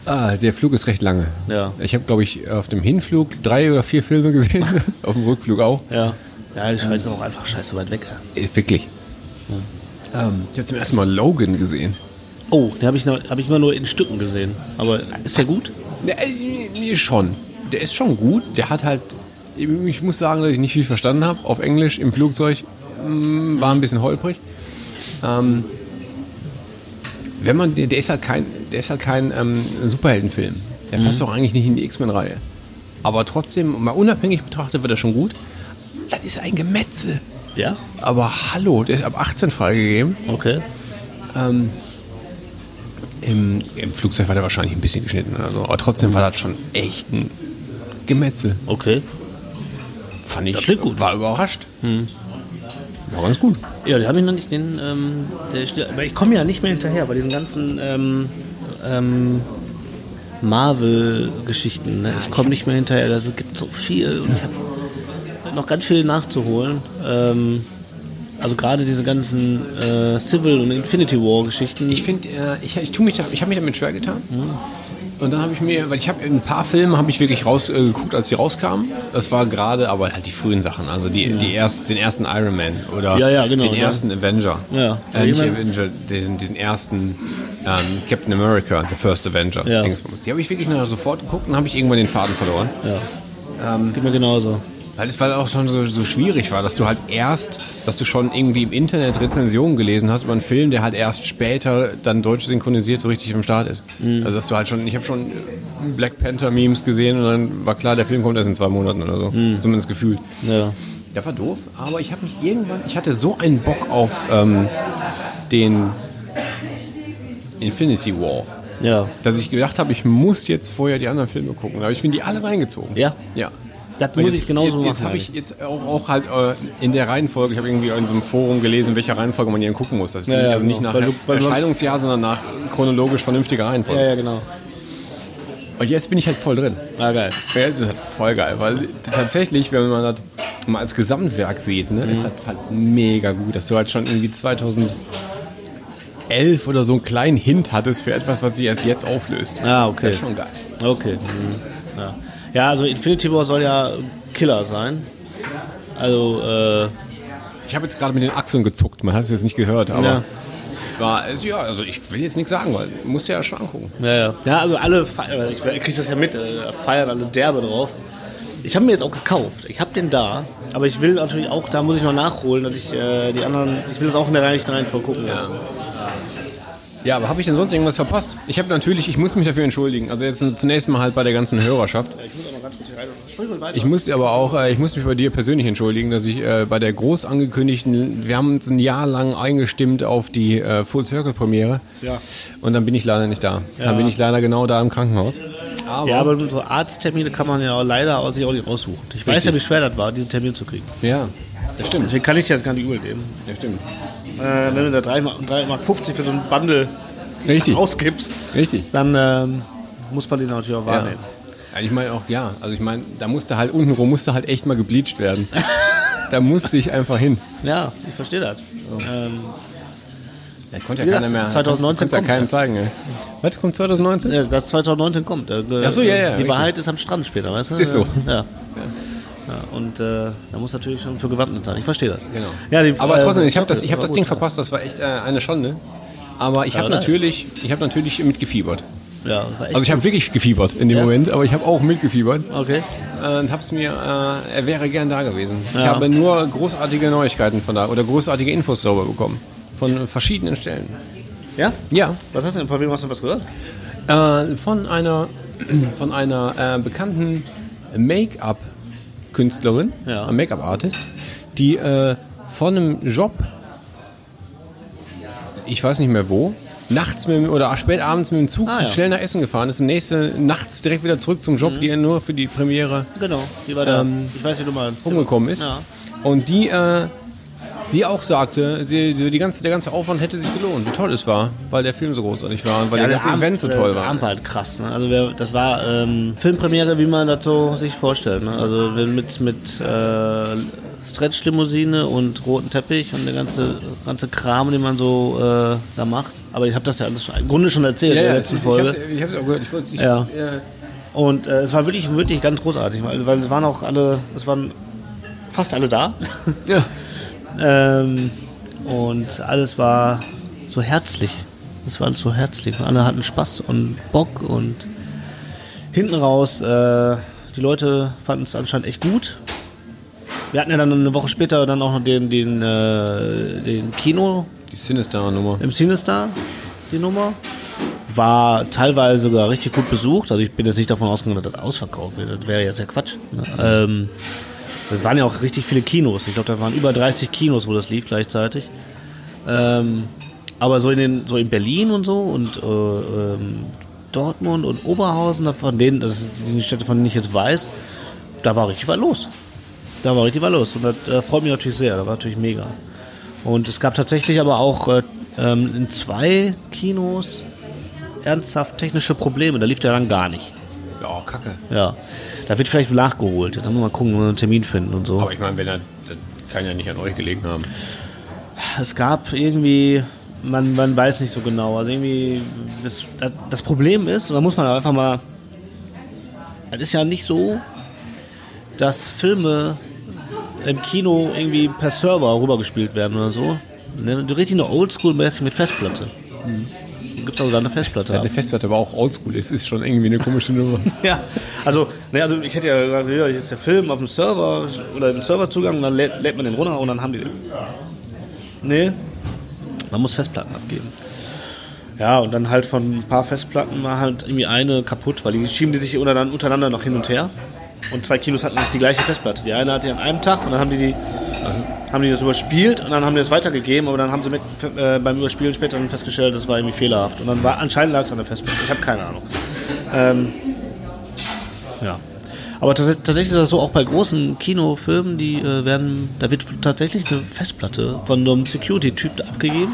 ah, der Flug ist recht lange. Ja. Ich habe, glaube ich, auf dem Hinflug drei oder vier Filme gesehen, auf dem Rückflug auch. Ja. Ja, die Schweiz ist auch einfach scheiße weit weg. Äh, Wirklich. Ähm, ich habe zum ersten Mal Logan gesehen. Oh, den habe ich, noch- hab ich immer nur in Stücken gesehen. Aber ist der gut? Ja, äh, nee, schon. Der ist schon gut. Der hat halt. Ich muss sagen, dass ich nicht viel verstanden habe. Auf Englisch im Flugzeug mm, war ein bisschen holprig. Ähm, wenn man, der ist halt kein, der ist halt kein ähm, Superheldenfilm. Der passt doch eigentlich nicht in die X-Men-Reihe. Aber trotzdem, mal unabhängig betrachtet, wird er schon gut. Das ist ein Gemetzel. Ja? Aber hallo, der ist ab 18 freigegeben. Okay. Im, Im Flugzeug war der wahrscheinlich ein bisschen geschnitten oder so. Aber trotzdem war das schon echt ein Gemetzel. Okay. Fand ich Hm. Das klingt gut. War überrascht. War ganz gut. Ja, den habe ich noch nicht. Den, ähm, der steht, aber ich komme ja nicht mehr hinterher bei diesen ganzen ähm, ähm, Marvel-Geschichten. Ne? Ich komme nicht mehr hinterher. Da gibt so viel und ich habe noch ganz viel nachzuholen. Ähm, also gerade diese ganzen äh, Civil und Infinity War-Geschichten. Ich finde, äh, ich, ich, tu mich da, ich habe mich damit schwer getan. Und dann habe ich mir, weil ich habe ein paar Filme habe ich wirklich rausgeguckt, äh, geguckt, als die rauskamen. Das war gerade, aber halt die frühen Sachen, also die, die erst, den ersten Iron Man oder Ja, ja, genau, den ja. ersten Avenger. Ja. Also Äh, nicht Jemand- Avenger, diesen, diesen ersten ähm, Captain America, The First Avenger. Ja. Dingsbums. Die habe ich wirklich noch sofort geguckt und habe ich irgendwann den Faden verloren. Geht mir genauso. Weil es weil auch schon so, so schwierig war, dass du halt erst, dass du schon irgendwie im Internet Rezensionen gelesen hast über einen Film, der halt erst später dann deutsch synchronisiert so richtig im Start ist. Also dass du halt schon, ich habe schon Black Panther Memes gesehen und dann war klar, der Film kommt erst in zwei Monaten oder so, zumindest gefühlt. Ja. Das Mhm. war doof, aber ich habe mich irgendwann, ich hatte so einen Bock auf ähm, den Infinity War, Ja. dass ich gedacht habe, ich muss jetzt vorher die anderen Filme gucken. Da habe ich mir die alle reingezogen. Ja. Ja. Das muss ich jetzt, genauso machen. Jetzt habe eigentlich. ich jetzt auch, auch halt äh, in der Reihenfolge, ich habe irgendwie in so einem Forum gelesen, in welcher Reihenfolge man die dann gucken muss. Das ist Ja, ja, also nicht genau. nach Weil du- weil sonst- Erscheinungsjahr, sondern nach chronologisch vernünftiger Reihenfolge. Ja, ja, genau. Und jetzt bin ich halt voll drin. Ah, geil. Ja, das ist halt voll geil, weil tatsächlich, wenn man das mal als Gesamtwerk sieht, ne, Mhm. ist das halt mega gut, dass du halt schon irgendwie 2011 oder so einen kleinen Hint hattest für etwas, was sich erst jetzt auflöst. Ah, okay. Das ist schon geil. Okay. Ja. ja, also Infinity War soll ja Killer sein. Also, äh, Ich habe jetzt gerade mit den Achseln gezuckt, man hat es jetzt nicht gehört, aber Ja. es war, es, ja, also ich will jetzt nichts sagen, weil du musst ja schon angucken. ja, ja. Ja, also alle feiern, ich krieg das ja mit, äh, feiern alle derbe drauf. Ich habe mir jetzt auch gekauft. Ich habe den da, aber ich will natürlich auch, da muss ich noch nachholen, dass ich äh, die anderen, ich will das auch in der rechten Reihenfolge gucken lassen. Ja, aber habe ich denn sonst irgendwas verpasst? Ich habe natürlich, ich muss mich dafür entschuldigen. Also jetzt zunächst mal halt bei der ganzen Hörerschaft. Ich muss auch noch ganz kurz hier rein. Sprich mal weiter. Ich muss aber auch, äh, ich muss mich bei dir persönlich entschuldigen, dass ich äh, bei der groß angekündigten, wir haben uns ein Jahr lang eingestimmt auf die äh, Full Circle Premiere. Ja. Und dann bin ich leider nicht da. Dann bin ich leider genau da im Krankenhaus. ja, aber so Arzttermine kann man ja auch leider auch- sich auch nicht raussuchen. Ich weiß ja, wie schwer das war, diesen Termin zu kriegen. Ja, das stimmt. Deswegen kann ich dir das gar nicht übel nehmen. Das stimmt. Äh, wenn du da 3,50 Mark 50 für so einen Bundle Richtig, ausgibst, richtig. dann ähm, muss man den natürlich auch Ja. wahrnehmen. Ja, ich meine auch, ja. Also ich meine, da musste halt untenrum musste halt echt mal gebleached werden. da musste ich einfach hin. Ja, ich verstehe das. Ähm, Da konnte Wie ja keiner gesagt, mehr. 2019 konnte ja kommt keinen zeigen. Ey. Was kommt 2019? ja, dass 2019 kommt. Äh, Ach so, ja, ja, Die richtig. Wahrheit ist am Strand später, weißt du? Ist so. Ja. ja. und äh, da muss natürlich schon für gewappnet sein. Ich verstehe das. Genau. Ja, die, aber äh, trotzdem, ich habe das, Zirkel ich hab war das gut, Ding ja. verpasst, das war echt äh, eine Schande. Aber ich habe Aber nein. natürlich, ich hab natürlich mitgefiebert. Ja, das war echt Also ich habe wirklich gefiebert in dem Ja? Moment, aber ich habe auch mitgefiebert Okay. äh, und habe es mir, äh, er wäre gern da gewesen. Ich Ja. habe nur großartige Neuigkeiten von da oder großartige Infos darüber bekommen. Von verschiedenen Stellen. Ja? Ja, Was hast du denn? Von wem hast du was gehört? äh, von einer, von einer äh, bekannten Make-up-Künstlerin, Ja. äh, Make-up-Artist, die äh, von einem Job, ich weiß nicht mehr wo, nachts mit, dem- oder spät abends mit dem Zug Ah, ja. Mhm. schnell nach Essen gefahren ist und nächste nachts direkt wieder zurück zum Job, die er nur für die Premiere Genau, die war da. Ähm, ich weiß, wie du meinst. umgekommen ist. Ja. Und die, äh, die auch sagte, sie, die die ganze, der ganze Aufwand hätte sich gelohnt, wie toll es war, weil der Film so großartig war und weil der der ganze Abend- Event so toll äh, Der war. Abend war halt krass. Ne? Also wir, das war ähm, Filmpremiere, wie man das so sich vorstellt. Ne? Also wir mit, mit äh, Stretch-Limousine und roten Teppich und der ganze, ganze Kram, den man so äh, da macht. Aber ich habe das ja alles schon, im Grunde schon erzählt Ja, in ja, der ich, letzten ich, Folge. hab's, ich hab's auch gehört. Ich wollt's, ich, Ja. äh, Und äh, es war wirklich, wirklich ganz großartig, weil, weil es waren auch alle, es waren fast alle da. Ja. ähm, und alles war so herzlich. Es war alles so herzlich. Alle hatten Spaß und Bock und hinten raus, äh, die Leute fanden es anscheinend echt gut. Wir hatten ja dann eine Woche später dann auch noch den, den, äh, den Kino die Sinister-Nummer. im Cinestar, die Nummer. War teilweise sogar richtig gut besucht. Also ich bin jetzt nicht davon ausgegangen, dass das ausverkauft wird. Das wäre jetzt ja Quatsch. Ne? Ähm, es waren ja auch richtig viele Kinos. Ich glaube, da waren über 30 Kinos, wo das lief gleichzeitig. Ähm, aber so in, den, so in Berlin und so und äh, ähm, Dortmund und Oberhausen, von denen, das sind die Städte, von denen ich jetzt weiß, da war richtig was los. Da war richtig was los. Und das äh, freut mich natürlich sehr. Das war natürlich mega. Und es gab tatsächlich aber auch äh, ähm, in zwei Kinos ernsthaft technische Probleme. Da lief der dann gar nicht. Ja, kacke. Ja. Da wird vielleicht nachgeholt. Jetzt müssen wir mal gucken, wenn wir einen Termin finden und so. Aber ich meine, wenn er, das kann ja nicht an euch gelegen haben. Es gab irgendwie, man, man weiß nicht so genau. Also irgendwie, das, das- das Problem ist, und da muss man einfach mal, es ist ja nicht so, dass Filme im Kino irgendwie per Server rübergespielt werden oder so. Ne, du redest nur oldschool-mäßig mit Festplatte. Du gibst also da eine Festplatte. Wenn ab. der Festplatte aber auch oldschool ist, ist schon irgendwie eine komische Nummer. Ja, also, ne, also ich hätte ja gesagt, ja, hier ist der Film auf dem Server oder im Serverzugang und dann lädt, lädt man den runter und dann haben die den. Nee, man muss Festplatten abgeben. Ja, und dann halt von ein paar Festplatten war halt irgendwie eine kaputt, weil die schieben die sich untereinander, untereinander noch hin und her. Und zwei Kinos hatten nicht die gleiche Festplatte. Die eine hatte die an einem Tag und dann haben die, die, haben die das überspielt und dann haben die das weitergegeben, aber dann haben sie mit, äh, beim Überspielen später dann festgestellt, das war irgendwie fehlerhaft. Und dann war anscheinend lag es an der Festplatte. Ich habe keine Ahnung. Ähm, ja. Aber tats tatsächlich ist das so, auch bei großen Kinofilmen, die äh, werden, da wird tatsächlich eine Festplatte von so einem Security-Typ abgegeben.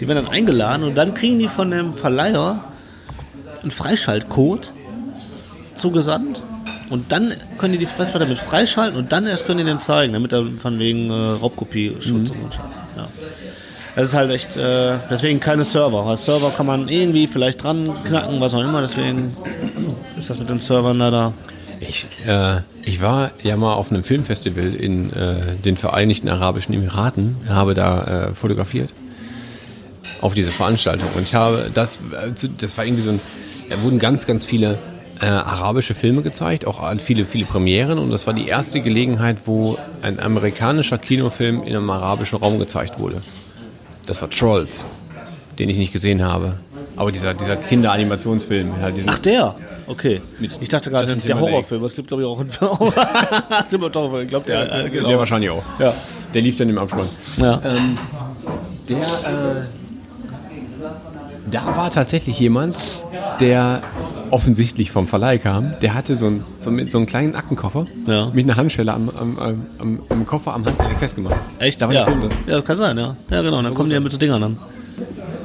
Die werden dann eingeladen und dann kriegen die von dem Verleiher einen Freischaltcode zugesandt. Und dann können die die Festplatte mit freischalten und dann erst können die den zeigen, damit er von wegen äh, Raubkopie-Schutz und so ein Scheiß. Ja. Das ist halt echt, äh, deswegen keine Server. Weil Server kann man irgendwie vielleicht dran knacken, was auch immer, deswegen ist das mit den Servern leider. Ich, äh, ich war ja mal auf einem Filmfestival in äh, den Vereinigten Arabischen Emiraten, habe da äh, fotografiert auf diese Veranstaltung und ich habe das, äh, zu- das war irgendwie so ein, da wurden ganz, ganz viele äh, arabische Filme gezeigt, auch an- viele, viele Premieren und das war die erste Gelegenheit, wo ein amerikanischer Kinofilm in einem arabischen Raum gezeigt wurde. Das war Trolls, den ich nicht gesehen habe. Aber dieser, dieser Kinderanimationsfilm, halt diesen Ach, der? Okay. Ich dachte gerade, Justin der Timberlake. Horrorfilm. Es gibt, glaube ich, auch einen Horrorfilm. ich glaube, der. äh, Der genau. wahrscheinlich auch. Ja. Der lief dann im Abspann. Ja. Ähm, Der, äh, da war tatsächlich jemand, der offensichtlich vom Verleih kam. Der hatte so, ein, so, mit, so einen kleinen Ackenkoffer Ja. mit einer Handschelle am, am, am, am, am Koffer am Handgelenk festgemacht. Echt? Da war ja. der Film drin. ja, das kann sein, ja. Ja, genau. Dann kommen die ja mit so Dingern dann.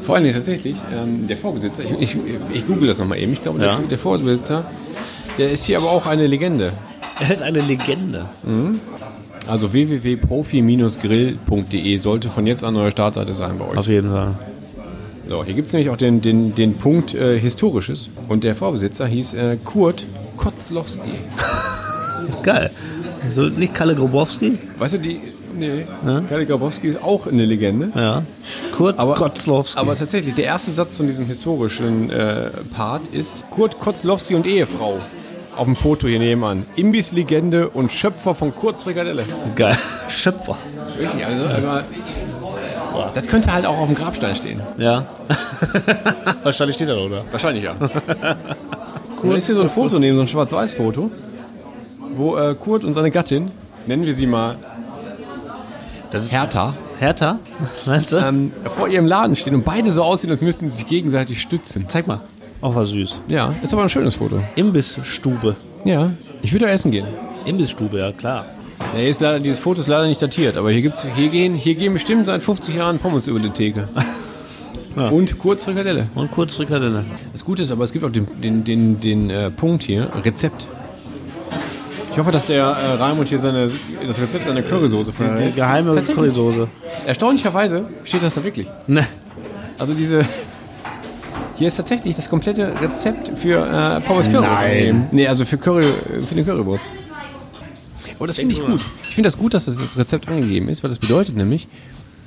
Vor allen Dingen tatsächlich, ähm, der Vorbesitzer, ich, ich, ich google das nochmal eben, ich glaube, Ja. der, der Vorbesitzer, der ist hier aber auch eine Legende. Er ist eine Legende. Also www.profi-grill.de sollte von jetzt an neue Startseite sein bei euch. Auf jeden Fall. So, hier gibt es nämlich auch den, den, den Punkt äh, Historisches und der Vorbesitzer hieß äh, Kurt Kotzlowski. Geil. So, nicht Kalle Grobowski? Weißt du, die. Nee, Kalle Grabowski ist auch eine Legende. Ja. Kurt Aber- Äh, Kotzlowski. Aber tatsächlich, der erste Satz von diesem historischen äh, Part ist Kurt Kotzlowski und Ehefrau. Auf dem Foto hier nebenan. Imbisslegende und Schöpfer von Kurz Frikadelle. Geil. Schöpfer. Richtig, also aber, das könnte halt auch auf dem Grabstein stehen. Ja. Wahrscheinlich steht er da, oder? Wahrscheinlich ja. Cool. Da ist hier so ein Foto neben, so ein Schwarz-Weiß-Foto, wo äh, Kurt und seine Gattin, nennen wir sie mal Hertha, Hertha? Meinst du? ähm, vor ihrem Laden stehen und beide so aussehen, als müssten sie sich gegenseitig stützen. Zeig mal. Auch war süß. Ja, ist aber ein schönes Foto. Imbissstube. Ja, ich würde da essen gehen. Imbissstube, ja klar. Ja, hier ist leider, dieses Foto ist leider nicht datiert, aber hier, gibt's, hier, gehen, hier gehen bestimmt seit 50 Jahren Pommes über die Theke. Und kurz Frikadelle. Und kurz Frikadelle. Das Gute ist aber, es gibt auch den, den, den, den äh, Punkt hier, Rezept. Ich hoffe, dass der äh, Raimund hier seine, das Rezept seiner Currysoße Die verrät. geheime Tatsächlich? Currysoße. Erstaunlicherweise steht das da wirklich. Ne. Also diese... Hier ist tatsächlich das komplette Rezept für äh, Pommes Currywurst. angegeben. Nee, also für, Curry, für den Currywurst. Aber das finde ich gut. Ich finde das gut, dass das, das Rezept angegeben ist, weil das bedeutet nämlich,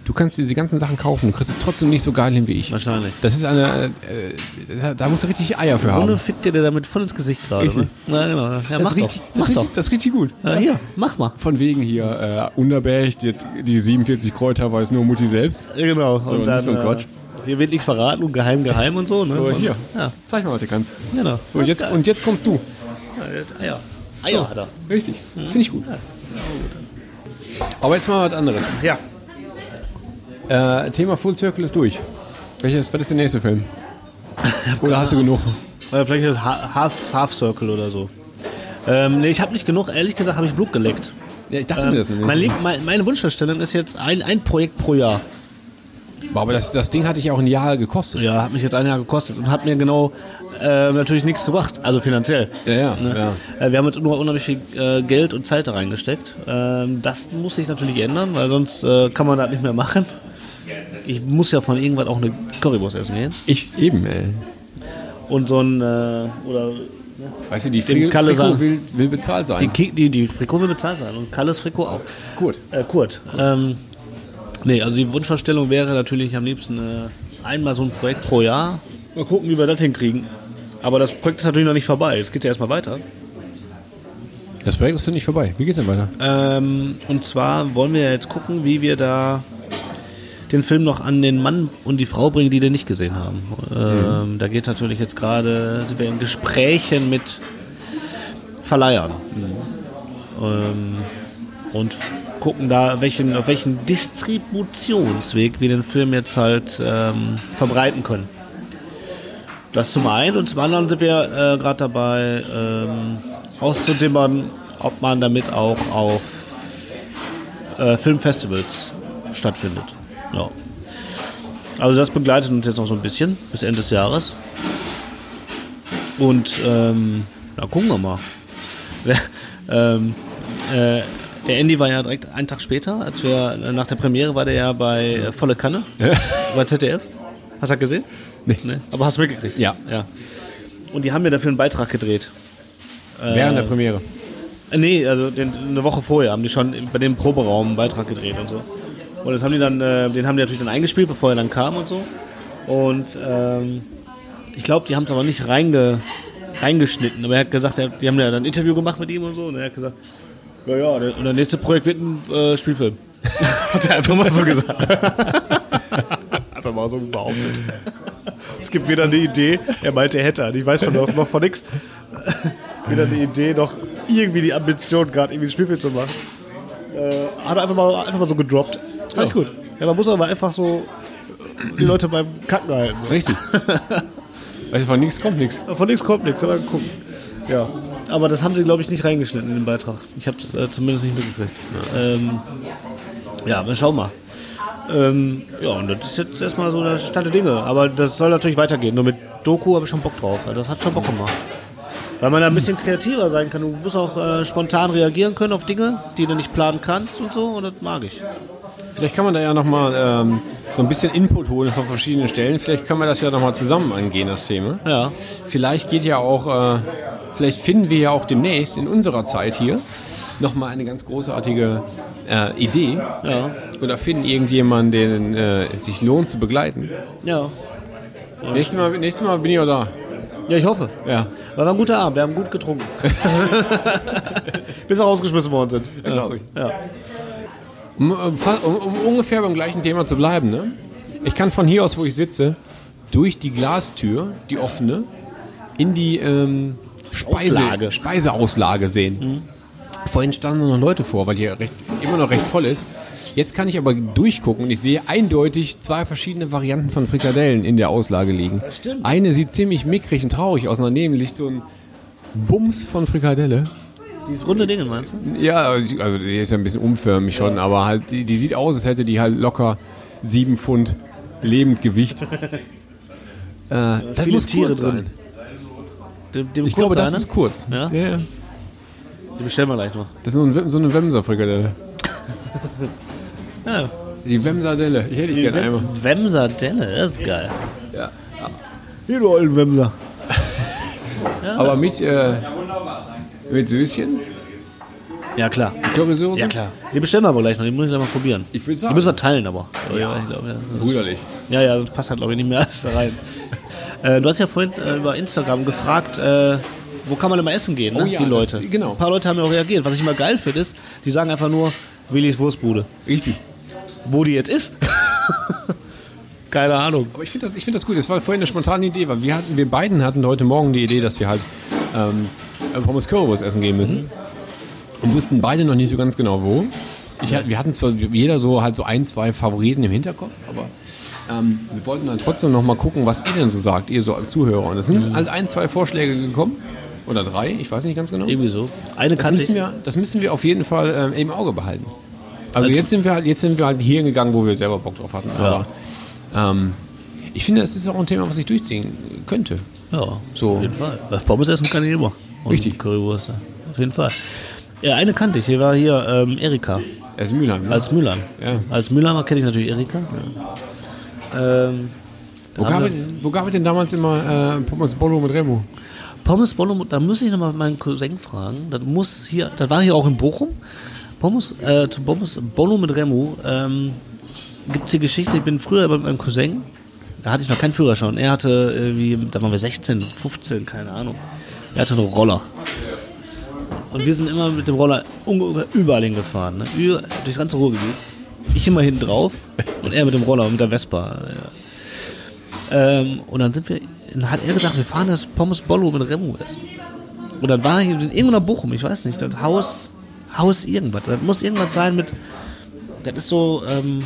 du kannst diese ganzen Sachen kaufen, du kriegst es trotzdem nicht so geil hin wie ich. Wahrscheinlich. Das ist eine... Äh, da- da musst du richtig Eier für haben. Ohne fickt dir der damit voll ins Gesicht gerade. Ne? Ja, genau. Ja, mach Das ist, richtig, doch. das, Mach ist doch. richtig, das ist richtig gut. Ja, hier, mach mal. Von wegen hier, äh, Unterberg, die, die 47 Kräuter weiß nur Mutti selbst. Genau. nicht so ein Quatsch. äh, hier wird nichts verraten und geheim, geheim und so. Ne? So, und, hier, Ja, zeig mal, was du kannst. genau. Äh, So, und jetzt, und jetzt kommst du. Eier. Eier hat er. Äh, Richtig, Mhm. finde ich gut. Aber jetzt mal was anderes. Ja. Äh, Thema Full Circle ist durch. Welches, was ist der nächste Film? Oder hast du genug? Oder vielleicht das Ha- Half, Half Circle oder so. Ähm, nee, ich habe nicht genug, ehrlich gesagt, habe ich Blut geleckt. Ja, ich dachte Ähm, mir das mein nämlich. Link, mein, meine Wunschvorstellung ist jetzt ein, ein Projekt pro Jahr. Boah, Aber das, das Ding hatte ich auch ein Jahr gekostet. Ja, hat mich jetzt ein Jahr gekostet und hat mir genau ähm, natürlich nichts gebracht, also finanziell. Ja, ja, Ne? Äh, Wir haben jetzt nur unheimlich viel äh, Geld und Zeit da reingesteckt. Ähm, das muss sich natürlich ändern, weil sonst äh, kann man das nicht mehr machen. Ich muss ja von irgendwann auch eine Currywurst essen gehen. Ich eben, ey. Und so ein, äh, oder Weißt du, die Dem Fri- Kalle Friko sagen. will, will bezahlt die, sein. Ki- die, die Frikot will bezahlt sein und Kalles Frikot auch. Gut. Äh, Kurt. Ähm, nee, also die Wunschvorstellung wäre natürlich am liebsten äh, einmal so ein Projekt pro Jahr. Mal gucken, wie wir das hinkriegen. Aber das Projekt ist natürlich noch nicht vorbei. Es geht ja erstmal weiter. Das Projekt ist noch nicht vorbei. Wie geht's denn weiter? Ähm, und zwar wollen wir jetzt gucken, wie wir da den Film noch an den Mann und die Frau bringen, die den nicht gesehen haben. Ähm, Da geht natürlich jetzt gerade, sind wir in Gesprächen mit Verleihern. Ähm, und gucken da, welchen, auf welchen Distributionsweg wir den Film jetzt halt ähm, verbreiten können. Das zum einen und zum anderen sind wir äh, gerade dabei, ähm, auszudimmern, ob man damit auch auf äh, Filmfestivals stattfindet. Ja. Also das begleitet uns jetzt noch so ein bisschen bis Ende des Jahres. Und ähm, na gucken wir mal. ähm, äh, der Andy war ja direkt einen Tag später, als wir äh, nach der Premiere war der ja bei äh, Volle Kanne bei ZDF. Hast du das gesehen? Nee. Aber hast du mitgekriegt? Ja. ja. Und die haben mir dafür einen Beitrag gedreht. Während der Premiere. Äh, Nee, also den, eine Woche vorher haben die schon bei dem Proberaum einen Beitrag gedreht und so. Und das haben die dann, äh, den haben die natürlich dann eingespielt, bevor er dann kam und so. Und ähm, ich glaube, die haben es aber nicht reinge, reingeschnitten. Aber er hat gesagt, er, die haben ja dann ein Interview gemacht mit ihm und so. Und er hat gesagt, ja, ja, der, und der nächste Projekt wird ein äh, Spielfilm. hat er einfach mal so gesagt. einfach mal so behauptet. es gibt weder eine Idee, er meinte, er hätte. eine. Ich weiß von, noch von nichts weder die Idee noch irgendwie die Ambition, gerade irgendwie ein Spielfilm zu machen. Äh, hat er einfach mal, einfach mal so gedroppt. Alles gut. Ja, man muss aber einfach so äh, die Leute beim Kacken halten. Richtig. Weißt du, von nichts kommt nichts. Von nichts kommt nichts, aber gucken. Ja. Aber das haben sie, glaube ich, nicht reingeschnitten in den Beitrag. Ich habe es äh, zumindest nicht mitgekriegt. Ja, ähm, ja wir schauen mal. Ähm, ja, und das ist jetzt erstmal so der Stand der Dinge. Aber das soll natürlich weitergehen. Nur mit Doku habe ich schon Bock drauf. Also Das hat schon Bock gemacht. Weil man da ein bisschen kreativer sein kann. Du musst auch äh, spontan reagieren können auf Dinge, die du nicht planen kannst und so. Und das mag ich. Vielleicht kann man da ja nochmal ähm, so ein bisschen Input holen von verschiedenen Stellen. Vielleicht können wir das ja nochmal zusammen angehen, das Thema. Ja. Vielleicht geht ja auch, äh, vielleicht finden wir ja auch demnächst in unserer Zeit hier nochmal eine ganz großartige äh, Idee. Ja. Oder finden irgendjemanden, den äh, es sich lohnt zu begleiten. Ja. Nächstes mal, nächstes mal bin ich auch da. Ja, ich hoffe. Ja. War ein guter Abend. Wir haben gut getrunken. Bis wir rausgeschmissen worden sind. glaube ich. Um, äh, fa- um, um ungefähr beim gleichen Thema zu bleiben, ne? Ich kann von hier aus, wo ich sitze, durch die Glastür, die offene, in die ähm, Speise, Auslage. Mhm. Speiseauslage sehen. Vorhin standen noch Leute vor, weil hier recht, immer noch recht voll ist. Jetzt kann ich aber durchgucken und ich sehe eindeutig zwei verschiedene Varianten von Frikadellen in der Auslage liegen. stimmt. Eine sieht ziemlich mickrig und traurig aus, daneben liegt so ein Bums von Frikadelle. Dieses runde Ding, meinst du? Ja, also die ist ja ein bisschen unförmig schon, aber halt, die, die sieht aus, als hätte die halt locker sieben Pfund Lebendgewicht. äh, das viele muss Tiere kurz drin. sein. Dem, dem Ich glaube, das ist Kurzeinen? kurz. Ja? Ja, ja. Den bestellen wir gleich noch. Das ist so, ein, Wem- so eine Wemser-Frikadelle. Ja. Die Wemsadelle. Ich hätte ich gerne einmal. Wemser Delle, das ist geil. Ja. Hier, du alten Wemser. Aber mit, äh, mit Söschen? Ja, klar. Currysoße? Die bestellen wir aber gleich noch, die muss ich gleich mal probieren. Ich würde Die sagen, müssen wir teilen aber. Ja, ich glaube, ja. brüderlich. ja, ja, das passt halt glaube ich nicht mehr alles da rein. äh, du hast ja vorhin äh, über Instagram gefragt, äh, wo kann man immer essen gehen, ne? Oh ja, die Leute. das- genau. Ein paar Leute haben ja auch reagiert. Was ich immer geil finde, ist, die sagen einfach nur, Willis Wurstbude. Richtig. Wo die jetzt ist? Keine Ahnung. Aber ich finde das, ich find das gut. Das war vorhin eine spontane Idee, weil wir, hatten, wir beiden hatten heute Morgen die Idee, dass wir halt ähm, Pommes Currywurst essen gehen müssen. Und wussten beide noch nicht so ganz genau wo. Ich, hat- wir hatten zwar jeder so halt so ein, zwei Favoriten im Hinterkopf, aber ähm, wir wollten dann trotzdem noch mal gucken, was ihr denn so sagt, ihr so als Zuhörer. Und es sind halt ein, zwei Vorschläge gekommen. Oder drei, ich weiß nicht ganz genau. Irgendwie so. Eine Das kann ich. müssen, wir, das müssen wir auf jeden Fall ähm, im Auge behalten. Also jetzt sind wir halt, jetzt sind wir halt hier gegangen, wo wir selber Bock drauf hatten. Aber ähm, ich finde, es ist auch ein Thema, was ich durchziehen könnte. Ja, So. auf jeden Fall. Weil Pommes essen kann ich immer. Und Richtig. Currywurst, ja. auf jeden Fall. Ja, eine kannte ich, hier war hier ähm, Erika Er ist Mülheim. Ne? als Müllern. Ja. Als Müllheimer kenne ich natürlich Erika. Ähm, wo, gab es, wo gab es denn damals immer äh, Pommes Bolo mit Remo? Pommes Bolo, da muss ich nochmal meinen Cousin fragen. Das muss hier, das war hier auch in Bochum. Pommes, äh, zu Pommes Bolo mit Remo ähm, gibt es die Geschichte, ich bin früher mit meinem Cousin, da hatte ich noch keinen Führerschein. Er hatte irgendwie, da waren wir 16, 15, keine Ahnung. Er hatte einen Roller. Und wir sind immer mit dem Roller unge- überall hingefahren. Ne? Über, durchs ganze Ruhrgebiet. Ich immer hinten drauf und er mit dem Roller und mit der Vespa. Ja. Ähm, und dann sind wir, dann hat er gesagt, wir fahren das Pommes Bollo mit Remo essen. Und dann war ich in irgendeiner Bochum, ich weiß nicht, das Haus, Haus irgendwas. Das muss irgendwas sein mit, das ist so, ähm,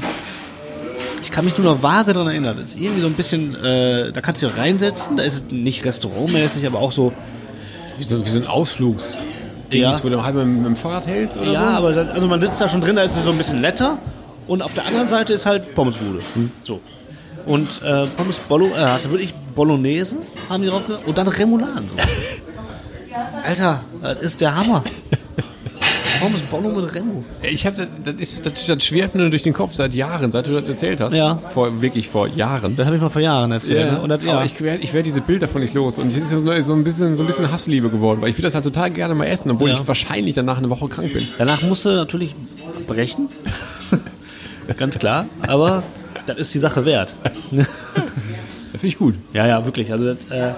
ich Ich kann mich nur noch vage daran erinnern. Das ist irgendwie so ein bisschen, äh, da kannst du dich reinsetzen, da ist es nicht restaurantmäßig, aber auch so. Wie so, wie so ein Ausflugs. Ja. Wo du halb mit, mit dem Fahrrad hältst oder Ja, aber dann, also man sitzt da schon drin, da ist es so ein bisschen letter und auf der anderen Seite ist halt Pommesbude. So. Und äh, Pommes Bolo, äh, hast du wirklich Bolognese? Haben die drauf ge- Und dann Remouladen. So. Alter, das ist der Hammer. Pommes Bolo mit Remo. so? Ich habe das, das, ist- das, das schwirrt mir durch den Kopf seit Jahren, seit du das erzählt hast. Ja. Vor, wirklich vor Jahren. Das habe ich mal vor Jahren erzählt. Ne? Und das, ja. Aber ich werde ich werd diese Bilder von nicht los. Und es ist so so ein, bisschen, so ein bisschen Hassliebe geworden, weil ich will das halt total gerne mal essen, obwohl Ja. ich wahrscheinlich danach eine Woche krank bin. Danach musste natürlich brechen. Ganz klar. Aber das ist die Sache wert. Das finde ich gut. Ja, ja, wirklich. Also, das, äh,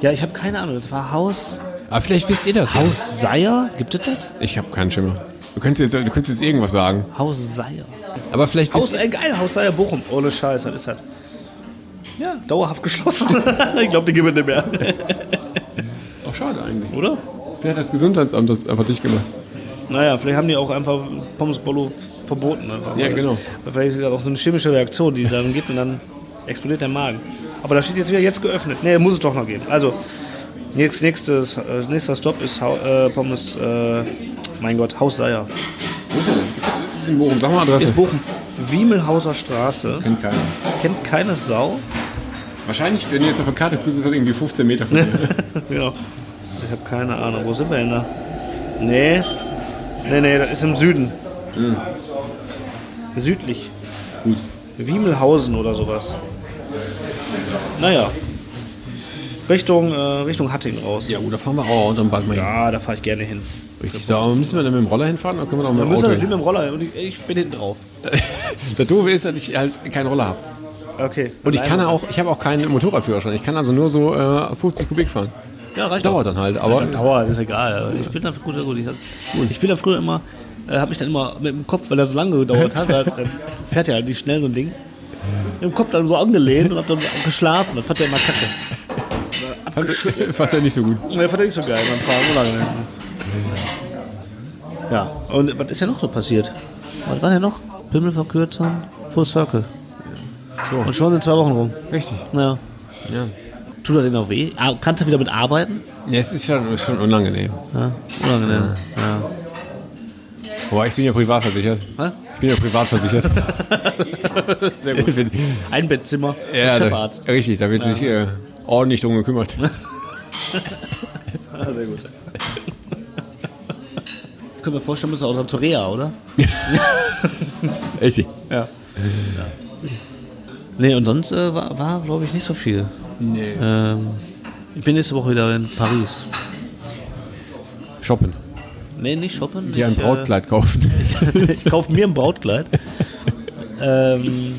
ja, ich habe keine Ahnung. Das war Haus. Aber vielleicht wisst ihr das. ja. Haus Seier? Gibt es das? Ich habe keinen Schimmer. Du könntest, jetzt, du könntest jetzt irgendwas sagen. Haus Seier. Aber vielleicht Haus, wisst ihr, äh, geil, Haus Seier Bochum. Ohne Scheiß, das ist das. Ja, dauerhaft geschlossen. ich glaube, die gibt es nicht mehr. auch schade eigentlich. Oder? Vielleicht hat das Gesundheitsamt das einfach dicht gemacht. Naja, vielleicht haben die auch einfach Pommes Bolo verboten. Einfach. Ja, genau. Weil Vielleicht ist das auch so eine chemische Reaktion, die dann gibt und dann explodiert der Magen. Aber da steht jetzt wieder jetzt geöffnet. Nee, muss es doch noch geben. Also, nächst, nächstes, äh, nächster Stop ist Hau- äh, Pommes, äh, mein Gott, Haus Seier. Wo ist er denn? Ist er- Ist in Bochum? Sag mal Adresse. Ist Bochum. Wiemelhauser Straße. Kennt keiner. Kennt keine Sau. Wahrscheinlich, wenn du jetzt auf der Karte guckst, ist das irgendwie 15 Meter von dir. Ja. Ich habe keine Ahnung. Wo sind wir denn da? Nee. Nee, nee, das ist im Süden. Südlich. Hm. Gut. Wiemelhausen oder sowas. Naja. Richtung, äh, Richtung Hatting raus. Ja, gut, da fahren wir auch und dann bald mal Ja, da fahre ich gerne hin. hin. So, aber müssen wir dann mit dem Roller hinfahren oder können wir doch mit Da dem müssen Auto wir hin? natürlich mit dem Roller und ich, ich bin hinten drauf. Das Doofe ist, dass ich halt keinen Roller habe. Okay. Und ich kann auch, ich habe auch keinen Motorradführerschein. Ich kann also nur so äh, 50 Kubik fahren. Ja, reicht Dauert dann halt, aber Dauer, ist egal. aber Ich bin da gut, gut. Ich, hab, ich bin da früher immer, äh, habe mich dann immer mit dem Kopf, weil er so lange gedauert hat, weil, äh, fährt ja halt nicht schnell so ein Ding, im Kopf dann so angelehnt und hab dann geschlafen. Das fand er immer kacke. fand, fand er nicht so gut. Und der fand er nicht so geil beim Fahren, so lange. Ja, und was ist ja noch so passiert? Was war denn noch? Pimmel verkürzen, Full Circle. So. Und schon sind zwei Wochen rum. Richtig. Ja. Ja. Tut das denn auch weh? Ah, Kannst du wieder mit arbeiten? ja es ist schon, ist schon unangenehm. Ja, unangenehm. Ja. Boah, ich bin ja privat versichert. Hä? Ich bin ja privat versichert. Sehr gut. Ein Bettzimmer, Ja, ein da- Chefarzt. Richtig, da wird sich äh, ordentlich drum gekümmert. Ah, sehr gut. Können wir vorstellen, müssen auch dann zu Rea, oder? Richtig. Nee, und sonst äh, war, war glaube ich, nicht so viel. Nee. Ähm, ich bin nächste Woche wieder in Paris. Shoppen. Nee, nicht shoppen. Dir ein ich, äh, Brautkleid kaufen. ich kaufe mir ein Brautkleid. ähm,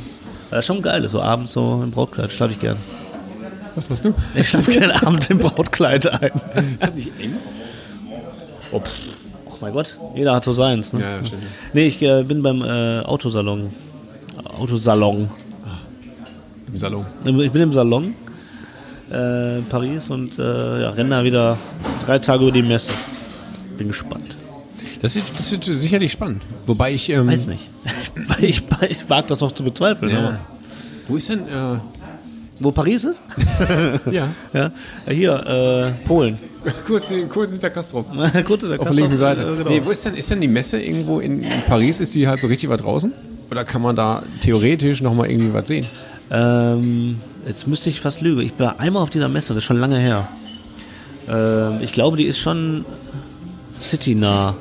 das ist schon geil, ist, so abends so im Brautkleid. Schlafe ich gern. Was machst du? Ich schlafe gern abends im Brautkleid ein. Ist das nicht eng? Oh, pff. Och mein Gott, jeder hat so seins. Ne? Ja, ja, stimmt. Nee, ich äh, bin beim äh, Autosalon. Autosalon. Im Salon. Ich bin im Salon äh, in Paris und äh, ja, renne da wieder drei Tage über die Messe. Bin gespannt. Das wird, das wird sicherlich spannend. Wobei ich. Ähm, Weiß nicht. Ich, ich, ich wage das noch zu bezweifeln. Aber. Ja. Wo ist denn. Äh, Wo Paris ist? ja. Ja. Hier, äh, Polen. Kurz, kurz hinter Castro. Auf Kurz auf der linken Seite. Äh, genau. Nee, wo ist denn, ist denn die Messe irgendwo in Paris? Ist die halt so richtig weit draußen? Oder kann man da theoretisch nochmal irgendwie was sehen? Ähm, jetzt müsste ich fast lügen. Ich war einmal auf dieser Messe, das ist schon lange her. Ähm, ich glaube, die ist schon citynah.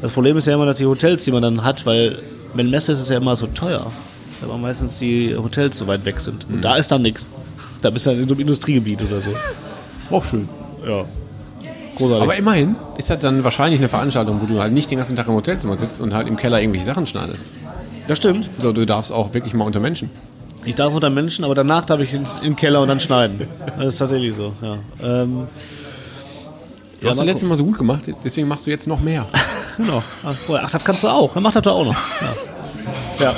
Das Problem ist ja immer, dass die Hotels, die man dann hat, weil wenn Messe ist, ist es ja immer so teuer. Aber meistens die Hotels so weit weg sind. Mhm. Und da ist dann nichts. Da bist du dann in so einem Industriegebiet oder so. Auch schön. Ja. Großartig. Aber immerhin ist das dann wahrscheinlich eine Veranstaltung, wo du halt nicht den ganzen Tag im Hotelzimmer sitzt und halt im Keller irgendwelche Sachen schneidest. das stimmt. So, du darfst auch wirklich mal unter Menschen. Ich darf unter Menschen, aber danach darf ich ins, in den Keller und dann schneiden. Das ist tatsächlich so, ja. Ähm, Du hast mal das letzte Mal so gut gemacht, deswegen machst du jetzt noch mehr. Genau. Ach, vorher. Ach, das kannst du auch. Dann macht das doch auch noch. Ja. ja.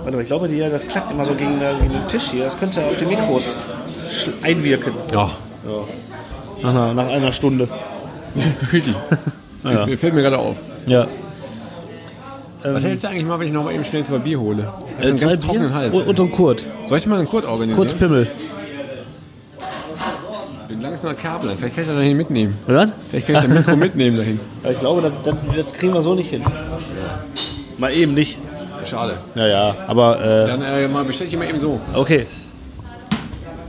Warte mal, ich glaube, die, das klackt immer so gegen, äh, gegen den Tisch hier. Das könnte auf den Mikros schl- einwirken. Ja, Nach einer, nach einer Stunde. richtig. Das fällt mir gerade auf. Ja. Ähm, Was hältst du eigentlich mal, wenn ich noch mal eben schnell zwei Bier hole? Äh, einen ganz trockenen Hals. Und, und so ein Kurt. Soll ich mal einen Kurt organisieren? Kurz Pimmel. Wie lang ist noch ein Kabel? an? Vielleicht kann ich das dahin mitnehmen. Oder? Vielleicht kann ich das Mikro mitnehmen dahin. Ich glaube, das, das, das kriegen wir so nicht hin. Mal eben nicht. Schade. Ja, ja, aber äh, Dann äh, mal bestelle ich mal eben so. okay.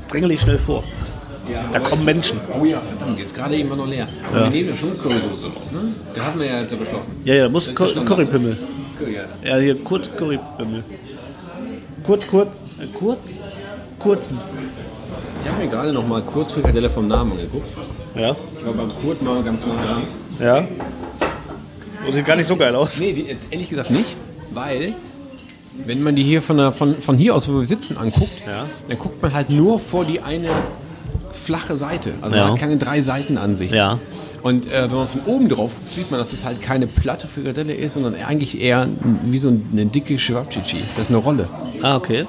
Drängel dich schnell vor. Da kommen Menschen. Oh ja, verdammt, jetzt gerade eben war noch leer. Aber Wir nehmen ja schon Currysoße drauf, ne? Da hatten wir ja jetzt ja beschlossen. Ja, ja, muss Das ist Cur der Standard. Currypimmel. Curry, ja. Ja, hier, Kurt Currypimmel. Kurz, kurz, äh, kurz, kurzen. Ich habe mir gerade noch mal kurz Frikadelle vom Namen angeguckt. Ja. Ich war beim Kurt mal ganz nah dran. Ja. Und sieht gar nicht so geil aus. Nee, die, jetzt ehrlich gesagt nicht, weil wenn man die hier von, der, von, von hier aus, wo wir sitzen, anguckt, dann guckt man halt nur vor die eine flache Seite. Also Ja. man hat keine drei Seiten Ansicht. Ja. Und äh, wenn man von oben drauf guckt, sieht man, dass es halt keine platte Frikadelle ist, sondern eigentlich eher wie so eine dicke Schwabchichi. Das ist eine Rolle. Ah, okay.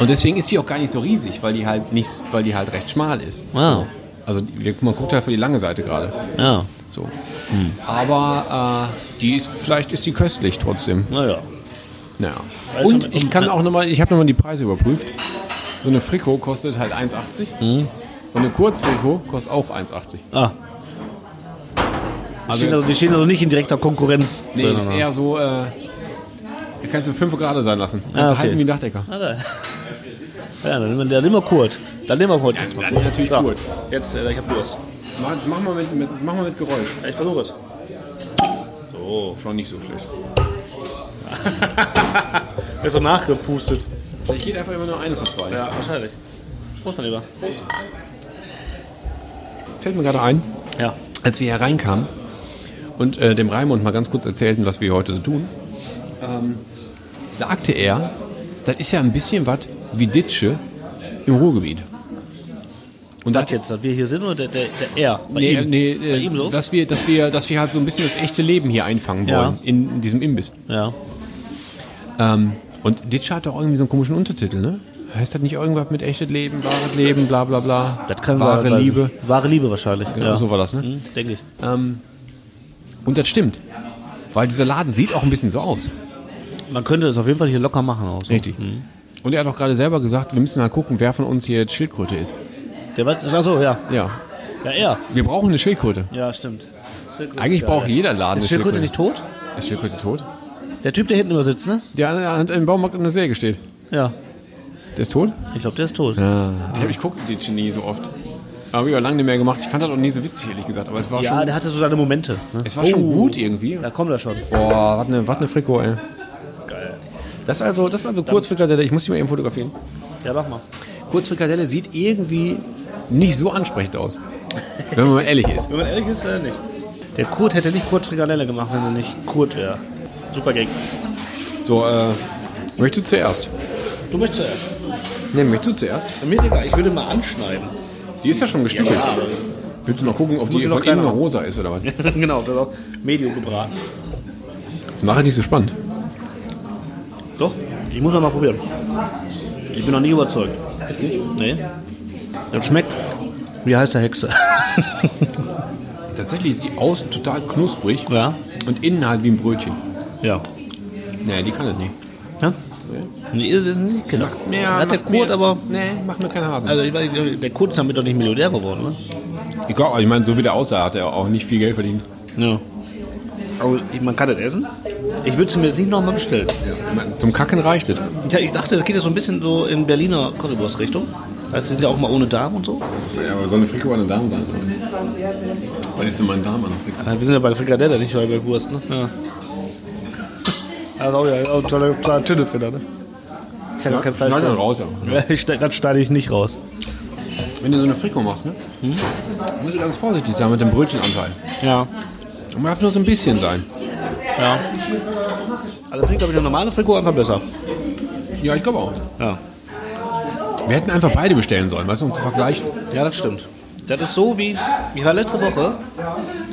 Und deswegen ist die auch gar nicht so riesig, weil die halt nicht, weil die halt recht schmal ist. Wow. Also die- man guckt ja für die lange Seite gerade. Ja, So. Hm. Aber äh, die ist, vielleicht ist die köstlich trotzdem. naja. Naja. Und um ich kann auch nochmal, ich habe nochmal die Preise überprüft. So eine Frikot kostet halt 1,80. Mhm. Und eine Kurzfrikot kostet auch 1,80. Ah. Also Stehen also, jetzt, die stehen also nicht in direkter Konkurrenz nee, ist eher so, äh, da kannst du 5 gerade sein lassen. Kannst Ah, du okay. halten wie ein Dachdecker. Ah, da. Ja, dann nehmen wir, dann nehmen wir Kurt. Dann nehmen wir Kurt. Ja, natürlich so. Kurt. Jetzt, äh, ich hab Durst. Mach, jetzt mach, mal mit, mit, mach mal mit Geräusch. Ich versuche es. Oh, schon nicht so schlecht. Er ist so nachgepustet. Vielleicht geht einfach immer nur eine von zwei. Ja, wahrscheinlich. Prost, mein Lieber. Fällt mir gerade ein, Ja. als wir hier reinkamen und äh, dem Raimund mal ganz kurz erzählten, was wir heute so tun, ähm, sagte er, das ist ja ein bisschen was wie Ditsche im Ruhrgebiet. Und das Was jetzt, dass wir hier sind oder der, der, der er? Bei Nee, ihm? nee Bei ihm äh, so? dass, wir, dass, wir, dass wir halt so ein bisschen das echte Leben hier einfangen Ja. wollen in, diesem Imbiss. Ja. Ähm, und Ditsche hat doch irgendwie so einen komischen Untertitel, ne? Heißt das nicht irgendwas mit echtes Leben, wahres Leben, bla bla bla? Das kann Wahre sein. weiß Liebe. ich. Wahre Liebe wahrscheinlich. Genau, so war das, ne? Ähm, Hm, Denke ich. Und das stimmt. Weil dieser Laden sieht auch ein bisschen so aus. Man könnte es auf jeden Fall hier locker machen. Auch so. Richtig. Und er hat auch gerade selber gesagt, wir müssen mal gucken, wer von uns hier jetzt Schildkröte ist. Der war, achso, ja. Ja. Ja, er. Wir brauchen eine Schildkröte. Ja, stimmt. Eigentlich braucht jeder Laden Ist Schildkröte nicht tot? Ist Schildkröte tot? Der Typ, der hinten immer sitzt, ne? Ja, er hat im Baumarkt in der Säge steht. Ja. Der ist tot? Ich glaube, der ist tot. Ja. Ich, hab- ich guckte die nie so oft. Aber ich auch lange nicht mehr gemacht. Ich fand das auch nie so witzig, ehrlich gesagt. Aber es war, Ja, schon, der hatte so seine Momente. Ne? es war schon gut irgendwie. Da kommt er schon. Boah, was eine, was eine Frikot, ey. Geil. Das ist also, das ist also Kurzfrikadelle. Ich muss die mal eben fotografieren. Ja, mach mal. Kurzfrikadelle sieht irgendwie nicht so ansprechend aus. Wenn man mal ehrlich ist. Wenn man ehrlich ist, äh, nicht. Der Kurt hätte nicht Kurt Frikadelle gemacht, wenn er nicht Kurt wäre. Super Gag. So, äh, möchtest du zuerst? Du möchtest zuerst. Nee, möchtest du zuerst? Mir ist egal, ich würde mal anschneiden. Die ist ja schon gestückelt. Willst du mal gucken, ob Muss die ich noch von innen kleiner noch rosa ist oder was? genau, das ist auch Medium gebraten. Das mache ich nicht so spannend. Doch, ich muss noch mal probieren. Ich bin noch nie überzeugt. Nee? Das schmeckt wie heißt der Hexe. Tatsächlich ist die außen total knusprig Ja? und innen halt wie ein Brötchen. Ja. Nee, die kann das nicht. Ja? Nee, das ist nicht genau. Mehr, Hat der macht mir Kurt das- aber. Nee, macht mir keinen Hasen. Also ich weiß, nicht, der Kurt ist damit doch nicht Millionär geworden, ne? Ich glaube, ich meine, so wie der aussah, hat er auch nicht viel Geld verdient. Ja. Aber ich- man kann das essen. Ich würde es mir jetzt nicht nochmal bestellen. Ich meine, Zum Kacken reicht es. Ja, ich dachte, das geht ja so ein bisschen so in Berliner Currywurst-Richtung. Weißt du, die sind ja auch mal ohne Darm und so. Ja, aber soll eine Frikot an den Darm sein? Weil ist denn mein Darm an der Frikot? wir sind ja bei der Frikadelle, nicht bei der Wurst, ne? Ja. Also, ja, auch ein toller, toller Tüdelfinder, ne? Ich habe kein Fleisch. Schneid dann raus, ja. drin. Ich schneid- Das schneide ich nicht raus. Wenn du so eine Frikot machst, ne? Musst du ganz vorsichtig sein mit dem Brötchenanteil. Ja. Und darf nur so ein bisschen sein. Ja. Also finde ich, glaube ich, eine normale Frikot einfach besser. Ja, ich glaube auch. Ja. Wir hätten einfach beide bestellen sollen, weißt du, um zu vergleichen. Ja, das stimmt. Das ist so wie, ich war letzte Woche,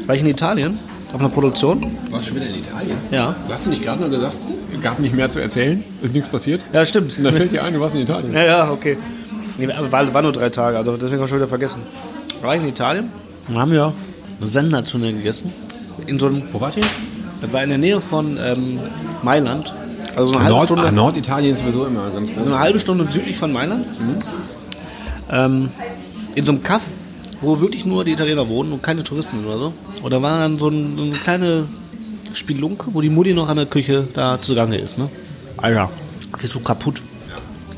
war ich in Italien auf einer Produktion. Warst schon wieder in Italien? Ja. Du hast du nicht gerade nur gesagt, gab nicht mehr zu erzählen, ist nichts passiert? Ja, stimmt. Und dann fällt dir ein, du warst in Italien. Ja, ja, okay. Nee, aber war, war nur drei Tage, also deswegen habe ich schon wieder vergessen. War ich in Italien? Wir haben ja sensationell gegessen. In so einem, Wo wart ihr? das war in der Nähe von ähm, Mailand. Also so eine halbe Nord Stunde. ah, Norditalien ist sowieso immer ganz gut. so Also eine halbe Stunde südlich von Mailand. Mhm. Ähm, in so einem Kaff, wo wirklich nur die Italiener wohnen und keine Touristen oder so. Und da war dann so, ein, so eine kleine Spielunke, wo die Mutti noch an der Küche da zugange ist. Ne? Alter, gehst du kaputt.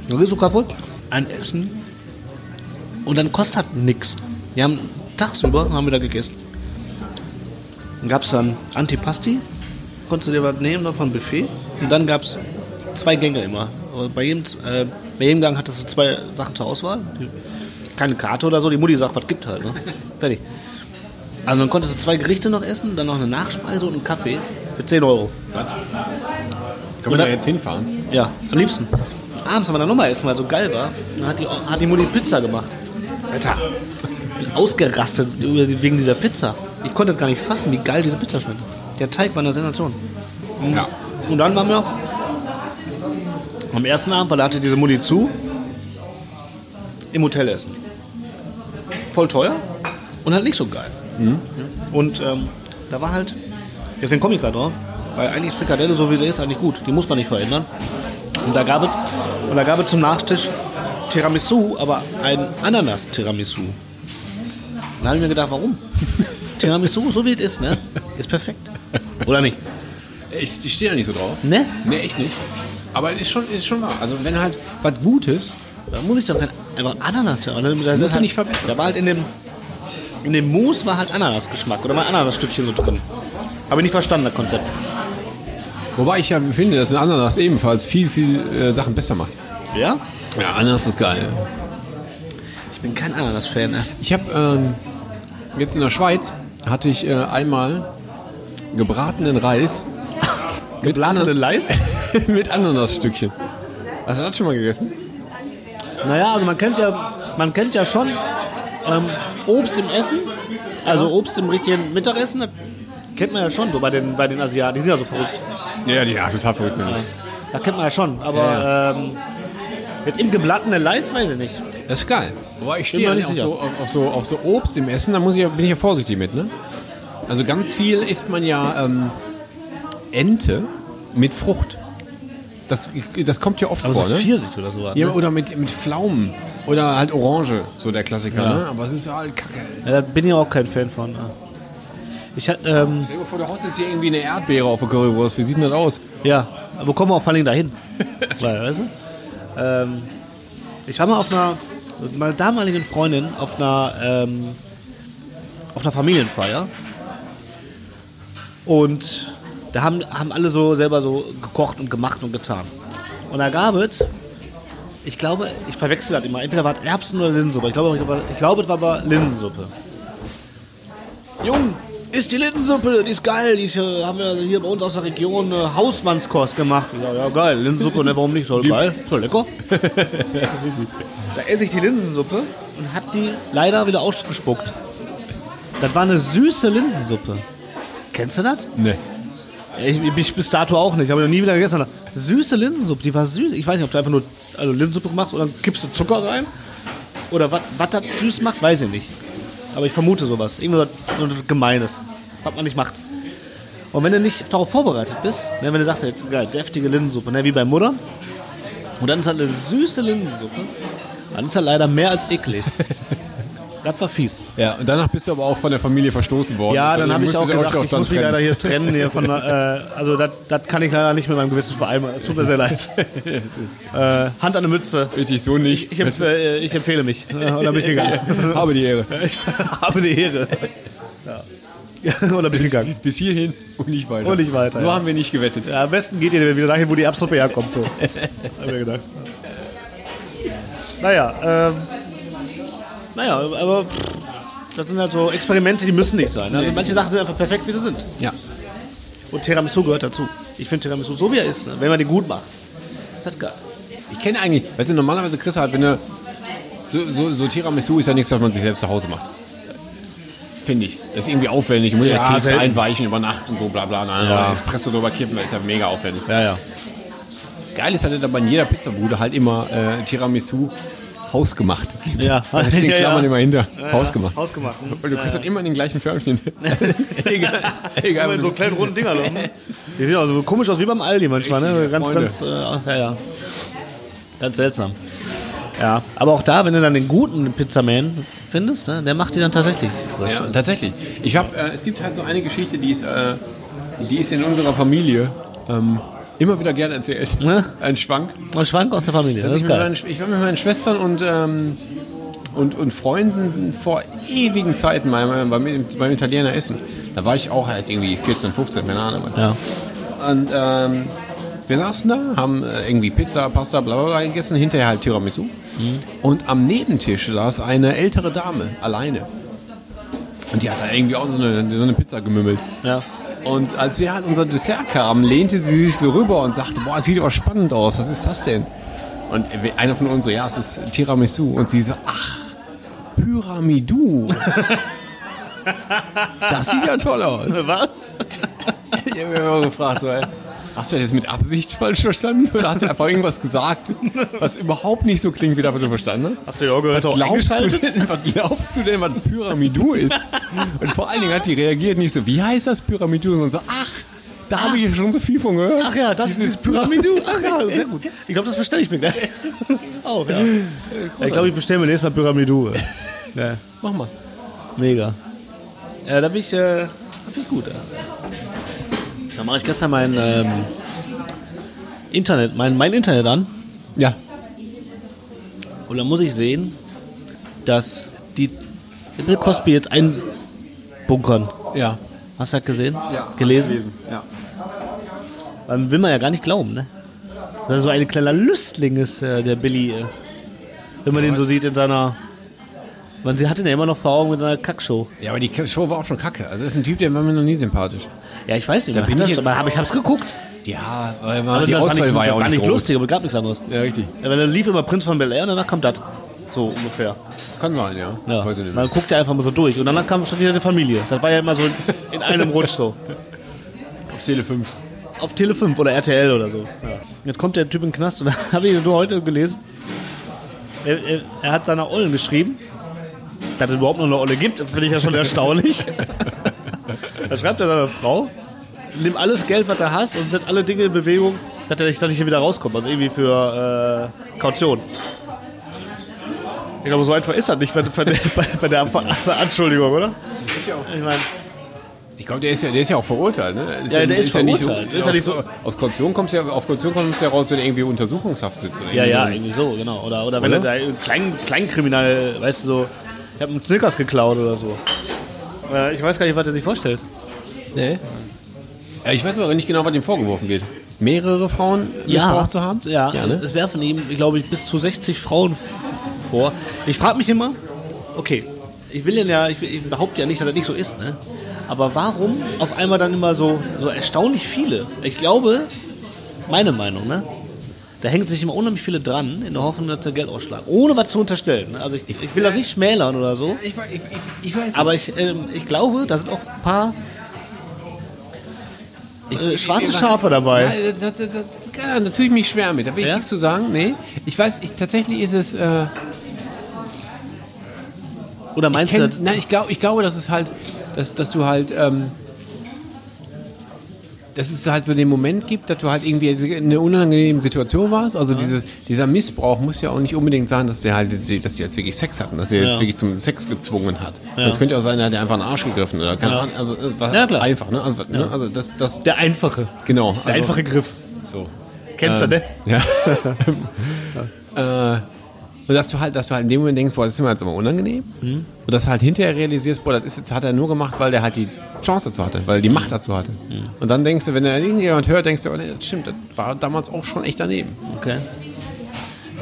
Dann gehst du kaputt, ein Essen und dann kostet halt nix. Wir haben tagsüber haben wir da gegessen. Dann gab es dann Antipasti, konntest du dir was nehmen davon Buffet. Und dann gab es zwei Gänge immer. Und Bei jedem, äh, bei jedem Gang hattest du zwei Sachen zur Auswahl. Die, keine Karte oder so, die Mutti sagt, was gibt halt. Ne? Fertig. Also dann konntest du zwei Gerichte noch essen, dann noch eine Nachspeise und einen Kaffee für 10 Euro. Kann man da Oder- jetzt hinfahren? Ja, am liebsten. Abends haben wir dann nochmal essen, weil es so geil war. Dann hat die, hat die Mutti Pizza gemacht. Alter, ich bin ausgerastet über- wegen dieser Pizza. Ich konnte das gar nicht fassen, wie geil diese Pizza schmeckt. Der Teig war eine Sensation. Ja. Und dann waren wir noch am ersten Abend, weil da hatte diese Mutti zu, im Hotel essen. Voll teuer und halt nicht so geil. Und ähm, da war halt, deswegen komme ich gerade drauf, weil eigentlich ist Frikadelle, so wie sie ist, eigentlich gut. Die muss man nicht verändern. Und da gab es, und da gab es zum Nachtisch Tiramisu, aber ein Ananas-Tiramisu. Da habe ich mir gedacht, warum? Tiramisu, so wie es ist, ne? Ist perfekt. Oder nicht? Ich, ich stehe da nicht so drauf. Ne? Nee, echt nicht. Aber ist schon, ist schon wahr. Also wenn halt was Gutes, Da muss ich doch kein, einfach Ananas hören. Das ist du halt, nicht verbessern. Da war halt in dem, in dem Mousse war halt Ananasgeschmack oder mal Ananasstückchen so drin. Habe ich nicht verstanden, das Konzept. wobei ich ja finde, dass ein Ananas ebenfalls viel, viel äh, Sachen besser macht. Ja? Ja, Ananas ist geil. Ich bin kein Ananas-Fan, ne? Ich habe ähm, jetzt in der Schweiz hatte ich äh, einmal gebratenen Reis. mit Anan- Leis? mit Ananasstückchen. Hast du das schon mal gegessen? Naja, also man kennt ja, man kennt ja schon ähm, Obst im Essen, also Obst im richtigen Mittagessen, das kennt man ja schon so bei den, bei den Asiaten, die sind ja so verrückt. Ja, die, ja, total verrückt sind. Da kennt man ja schon, aber ähm, jetzt im geblattenen Leis weiß ich nicht. Das ist geil. Aber ich Bin stehe mir nicht auf nicht so, auf, auf, so, auf so Obst im Essen, da muss ich, ja- bin ich ja vorsichtig mit. Ne? Also ganz viel isst man ja ähm, Ente mit Frucht. Das, das kommt ja oft vor, ne? Pfirsich oder so. Ja, oder mit, mit Pflaumen. Oder halt Orange, so der Klassiker. Ne? Aber es ist halt kacke. ey. Ja, da Äh, bin ich auch kein Fan von. ja. Ich hatte, ähm, Stell dir vor, du haust jetzt hier irgendwie eine Erdbeere auf der Currywurst. Wie sieht denn das aus? ja, wo kommen wir auch vor allem dahin? Weil, weißt du? ähm, ich war mal auf einer, mit meiner damaligen Freundin auf einer, ähm, auf einer Familienfeier. Und da haben, haben alle so selber so gekocht und gemacht und getan. Und da gab es, ich glaube, ich verwechsel das immer, entweder war es Erbsen oder Linsensuppe. Ich glaube, ich glaube, ich glaube es war aber Linsensuppe. Jung, ist die Linsensuppe, die ist geil. Die ist, äh, haben wir hier bei uns aus der Region äh, Hausmannskost gemacht. Ich sag, ja, geil, Linsensuppe, ne, warum nicht? Soll geil, soll lecker. da esse ich die Linsensuppe und hab die leider wieder ausgespuckt. Das war eine süße Linsensuppe. Kennst du das? Nee. Ich, ich bis dato auch nicht, habe ich noch nie wieder gegessen. Aber Süße Linsensuppe, die war süß. Ich weiß nicht, ob du einfach nur also Linsensuppe machst oder kippst du Zucker rein. Oder was was das süß macht, weiß ich nicht. Aber ich vermute sowas. Irgendwas so was Gemeines, was man nicht macht. Und wenn du nicht darauf vorbereitet bist, ne, wenn du sagst, jetzt geil, deftige Linsensuppe, ne, wie bei Mutter, und dann ist halt eine süße Linsensuppe, dann ist halt leider mehr als eklig. das war fies. Ja, und danach bist du aber auch von der Familie verstoßen worden. Ja, dann Also, habe ich auch musstest du gesagt, auch ich dann muss mich trennen. leider hier trennen. Hier von, der- äh, also das kann ich leider nicht mit meinem Gewissen vereinbaren. Es Tut mir sehr leid. Äh, Hand an die Mütze. Richtig, so nicht. Ich, empf äh, ich empfehle mich. Äh, Und dann bin ich gegangen. Habe die Ehre. Ich habe die Ehre. Ja. Und dann bin ich gegangen. Bis hierhin und nicht weiter. Und nicht weiter, So ja. haben wir nicht gewettet. Ja, am besten geht ihr wieder dahin, wo die Erbsuppe herkommt. So. Hab mir gedacht. Naja, ähm, naja, aber pff, das sind halt so Experimente, die müssen nicht sein. Also manche Sachen sind einfach perfekt, wie sie sind. Ja. Und Tiramisu gehört dazu. Ich finde Tiramisu so wie er ist, ne? wenn man den gut macht. Ist Das geil. Ich kenne eigentlich, weißt du, normalerweise kriegst du halt, wenn du. So, so, so Tiramisu ist ja nichts, was man sich selbst zu Hause macht. Finde ich. Das ist irgendwie aufwendig. Du musst ja, Ja, Kekse selten. einweichen über Nacht und so, bla bla. bla. Ja. Espresso drüber kippen, das ist ja mega aufwendig. Ja, ja. Geil ist halt, dass aber in jeder Pizzabude halt immer äh, Tiramisu hausgemacht gibt. Ja. Da stehen Ja, ja. Klammern immer hinter. hausgemacht. Hausgemacht. ne? Weil du kriegst dann immer in den gleichen Förmchen. egal. egal Mit wo so du- kleinen runden Dinger. ne? Die sehen also komisch aus wie beim Aldi manchmal. Ne? Ganz, Freunde. ganz, Äh, ja, ja. Ganz seltsam. Ja, aber auch da, wenn du dann den guten Pizzaman findest, ne, der macht die dann tatsächlich. frisch. Ja, tatsächlich. Ich hab, äh, es gibt halt so eine Geschichte, die ist, äh, die ist in unserer Familie ähm, immer wieder gern erzählt. Ne? Ein Schwank. Ein Schwank aus der Familie, das Dass ich, ist mit geil. meinen, Sch- ich war mit meinen Schwestern und, ähm, und, und Freunden vor ewigen Zeiten beim, beim, beim Italiener essen. Da war ich auch erst irgendwie 14, 15, keine Ahnung. Ja. Und ähm, wir saßen da, haben äh, irgendwie Pizza, Pasta, bla bla bla gegessen, hinterher halt Tiramisu. Und am Nebentisch saß eine ältere Dame, alleine. Und die hat da irgendwie auch so eine, so eine Pizza gemümmelt. Ja. Und als wir halt unser Dessert kamen, lehnte sie sich so rüber und sagte, boah, es sieht aber spannend aus, was ist das denn? Und wir- einer von uns so, ja, es ist Tiramisu. Und sie so, ach, Pyramidu. das sieht ja toll aus. Was? Ich habe mich immer gefragt, so, ey, hast du das jetzt mit Absicht falsch verstanden? Oder hast du einfach irgendwas gesagt, was überhaupt nicht so klingt, wie das, was du verstanden hast? hast du ja auch gehört, auch Glaubst du, eingeschaltet. denn, was glaubst du denn, was Pyramidu ist? Und vor allen Dingen hat die reagiert nicht so, wie heißt das Pyramidu, sondern so, ach, da habe ich ja schon so viel von gehört. Ach ja, das ist dieses Pyramidu. Ach ja, sehr gut. Ich glaube, das bestelle ich mir gleich. Auch, ja. Ich glaube, ich bestelle mir nächstes Mal Pyramidu. Mach mal. Mega. Ja, da bin ich, äh, da bin ich gut. Ja. Da mache ich gestern mein ähm, Internet, mein, mein Internet an. Ja, Und dann muss ich sehen, dass die Bill Cosby jetzt einbunkern. ja. Hast du das gesehen? Gelesen? Ja. Dann will man ja gar nicht glauben, ne? Dass er so ein kleiner Lüstling ist, äh, der Billy. Äh. Wenn man den so sieht in seiner. Man sie hat ihn ja immer noch vor Augen mit seiner Kackshow. ja, aber die Show war auch schon kacke. Also das ist ein Typ, der war mir noch nie sympathisch. Ja, ich weiß nicht, man bin hat ich das, jetzt- aber hab, ich hab's geguckt. Ja, weil Aber die das war Auswahl nicht, war ja auch war nicht nicht groß. lustig, aber gab nichts anderes. Ja, richtig. Ja, weil dann lief immer Prinz von Bel Air und danach kam das. So ungefähr. Kann sein, ja. Ja. Weiß ich nicht mehr. Man guckt ja einfach mal so durch. Und dann kam schon wieder die Familie. Das war ja immer so in einem Rutsch so. Auf Tele 5. Auf Tele 5 oder RTL oder so. Jetzt kommt der Typ in den Knast und da habe ich nur heute gelesen. Er, er, er hat seiner Ollen geschrieben. Dass es überhaupt noch eine Olle gibt, finde ich ja schon erstaunlich. da schreibt er seiner Frau, nimm alles Geld, was du hast und setz alle Dinge in Bewegung, dass er nicht, dass ich hier wieder rauskomme. Also irgendwie für äh, Kaution. Ich glaube, so einfach ist das nicht bei, bei, der- bei, bei der Ver- Anschuldigung, oder? Ich meine, Ich glaube, der ist ja, der ist ja auch verurteilt, ne? Ist Ja, der ist nicht so- verurteilt. Ist ja nicht so- auf- Auf Kaution kommst du ja, auf Kaution kommst du ja raus, wenn du irgendwie Untersuchungshaft sitzt. Oder Ja, irgendwie ja, so. irgendwie so, genau. Oder, oder wenn er da klein, Kleinkriminal, weißt du, so, ich habe einen Snickers geklaut oder so. Äh, Ich weiß gar nicht, was er sich vorstellt. Nee. Ne? Ja, Ich weiß aber nicht genau, was ihm vorgeworfen wird. Mehrere Frauen missbraucht zu haben? Ja, ne? es werfen ihm, glaube ich, bis zu 60 Frauen f- f- vor. Ich frage mich immer, okay, ich will den ja, ich, will- ich behaupte ja nicht, dass das nicht so ist, ne? Aber warum auf einmal dann immer so, so erstaunlich viele? Ich glaube, meine Meinung, ne? Da hängen sich immer unheimlich viele dran, in der Hoffnung, dass sie Geld ausschlagen. Ohne was zu unterstellen. Ne? Also ich, ich will das nicht schmälern oder so. Ich, weiß- ich, ich, ich weiß Aber ich, ähm, ich glaube, da sind auch ein paar äh, schwarze Schafe dabei. Ja, da, da, da, da, da tue ich mich schwer mit. Da will ich Ja? nichts zu sagen. Nee. Ich weiß, ich, tatsächlich ist es. Äh, Oder meinst du kenn, das? nein, ich, glaub, ich glaube, dass es halt. Dass, dass du halt. Ähm, dass es halt so den Moment gibt, dass du halt irgendwie in einer unangenehmen Situation warst. Also dieses, dieser Missbrauch muss ja auch nicht unbedingt sein, dass der halt jetzt, dass die jetzt wirklich Sex hatten, dass er jetzt Ja. wirklich zum Sex gezwungen hat. Das könnte auch sein, er hat einfach einen Arsch gegriffen oder keine Ja. Ahnung. Also, äh, was, Ja, klar. Einfach, ne? Also, ne? also das, das, Der einfache. genau. Also, Der einfache Griff. So. Kennst du, ne? Ja. äh, und dass du halt, dass du halt in dem Moment denkst, boah, das ist mir jetzt immer unangenehm. Mhm. Und dass du halt hinterher realisierst, boah, das ist jetzt, hat er nur gemacht, weil der halt die Chance dazu hatte, weil er die Macht dazu hatte. Mhm. Und dann denkst du, wenn er irgendjemand hört, denkst du, oh nee, das stimmt, das war damals auch schon echt daneben. Okay.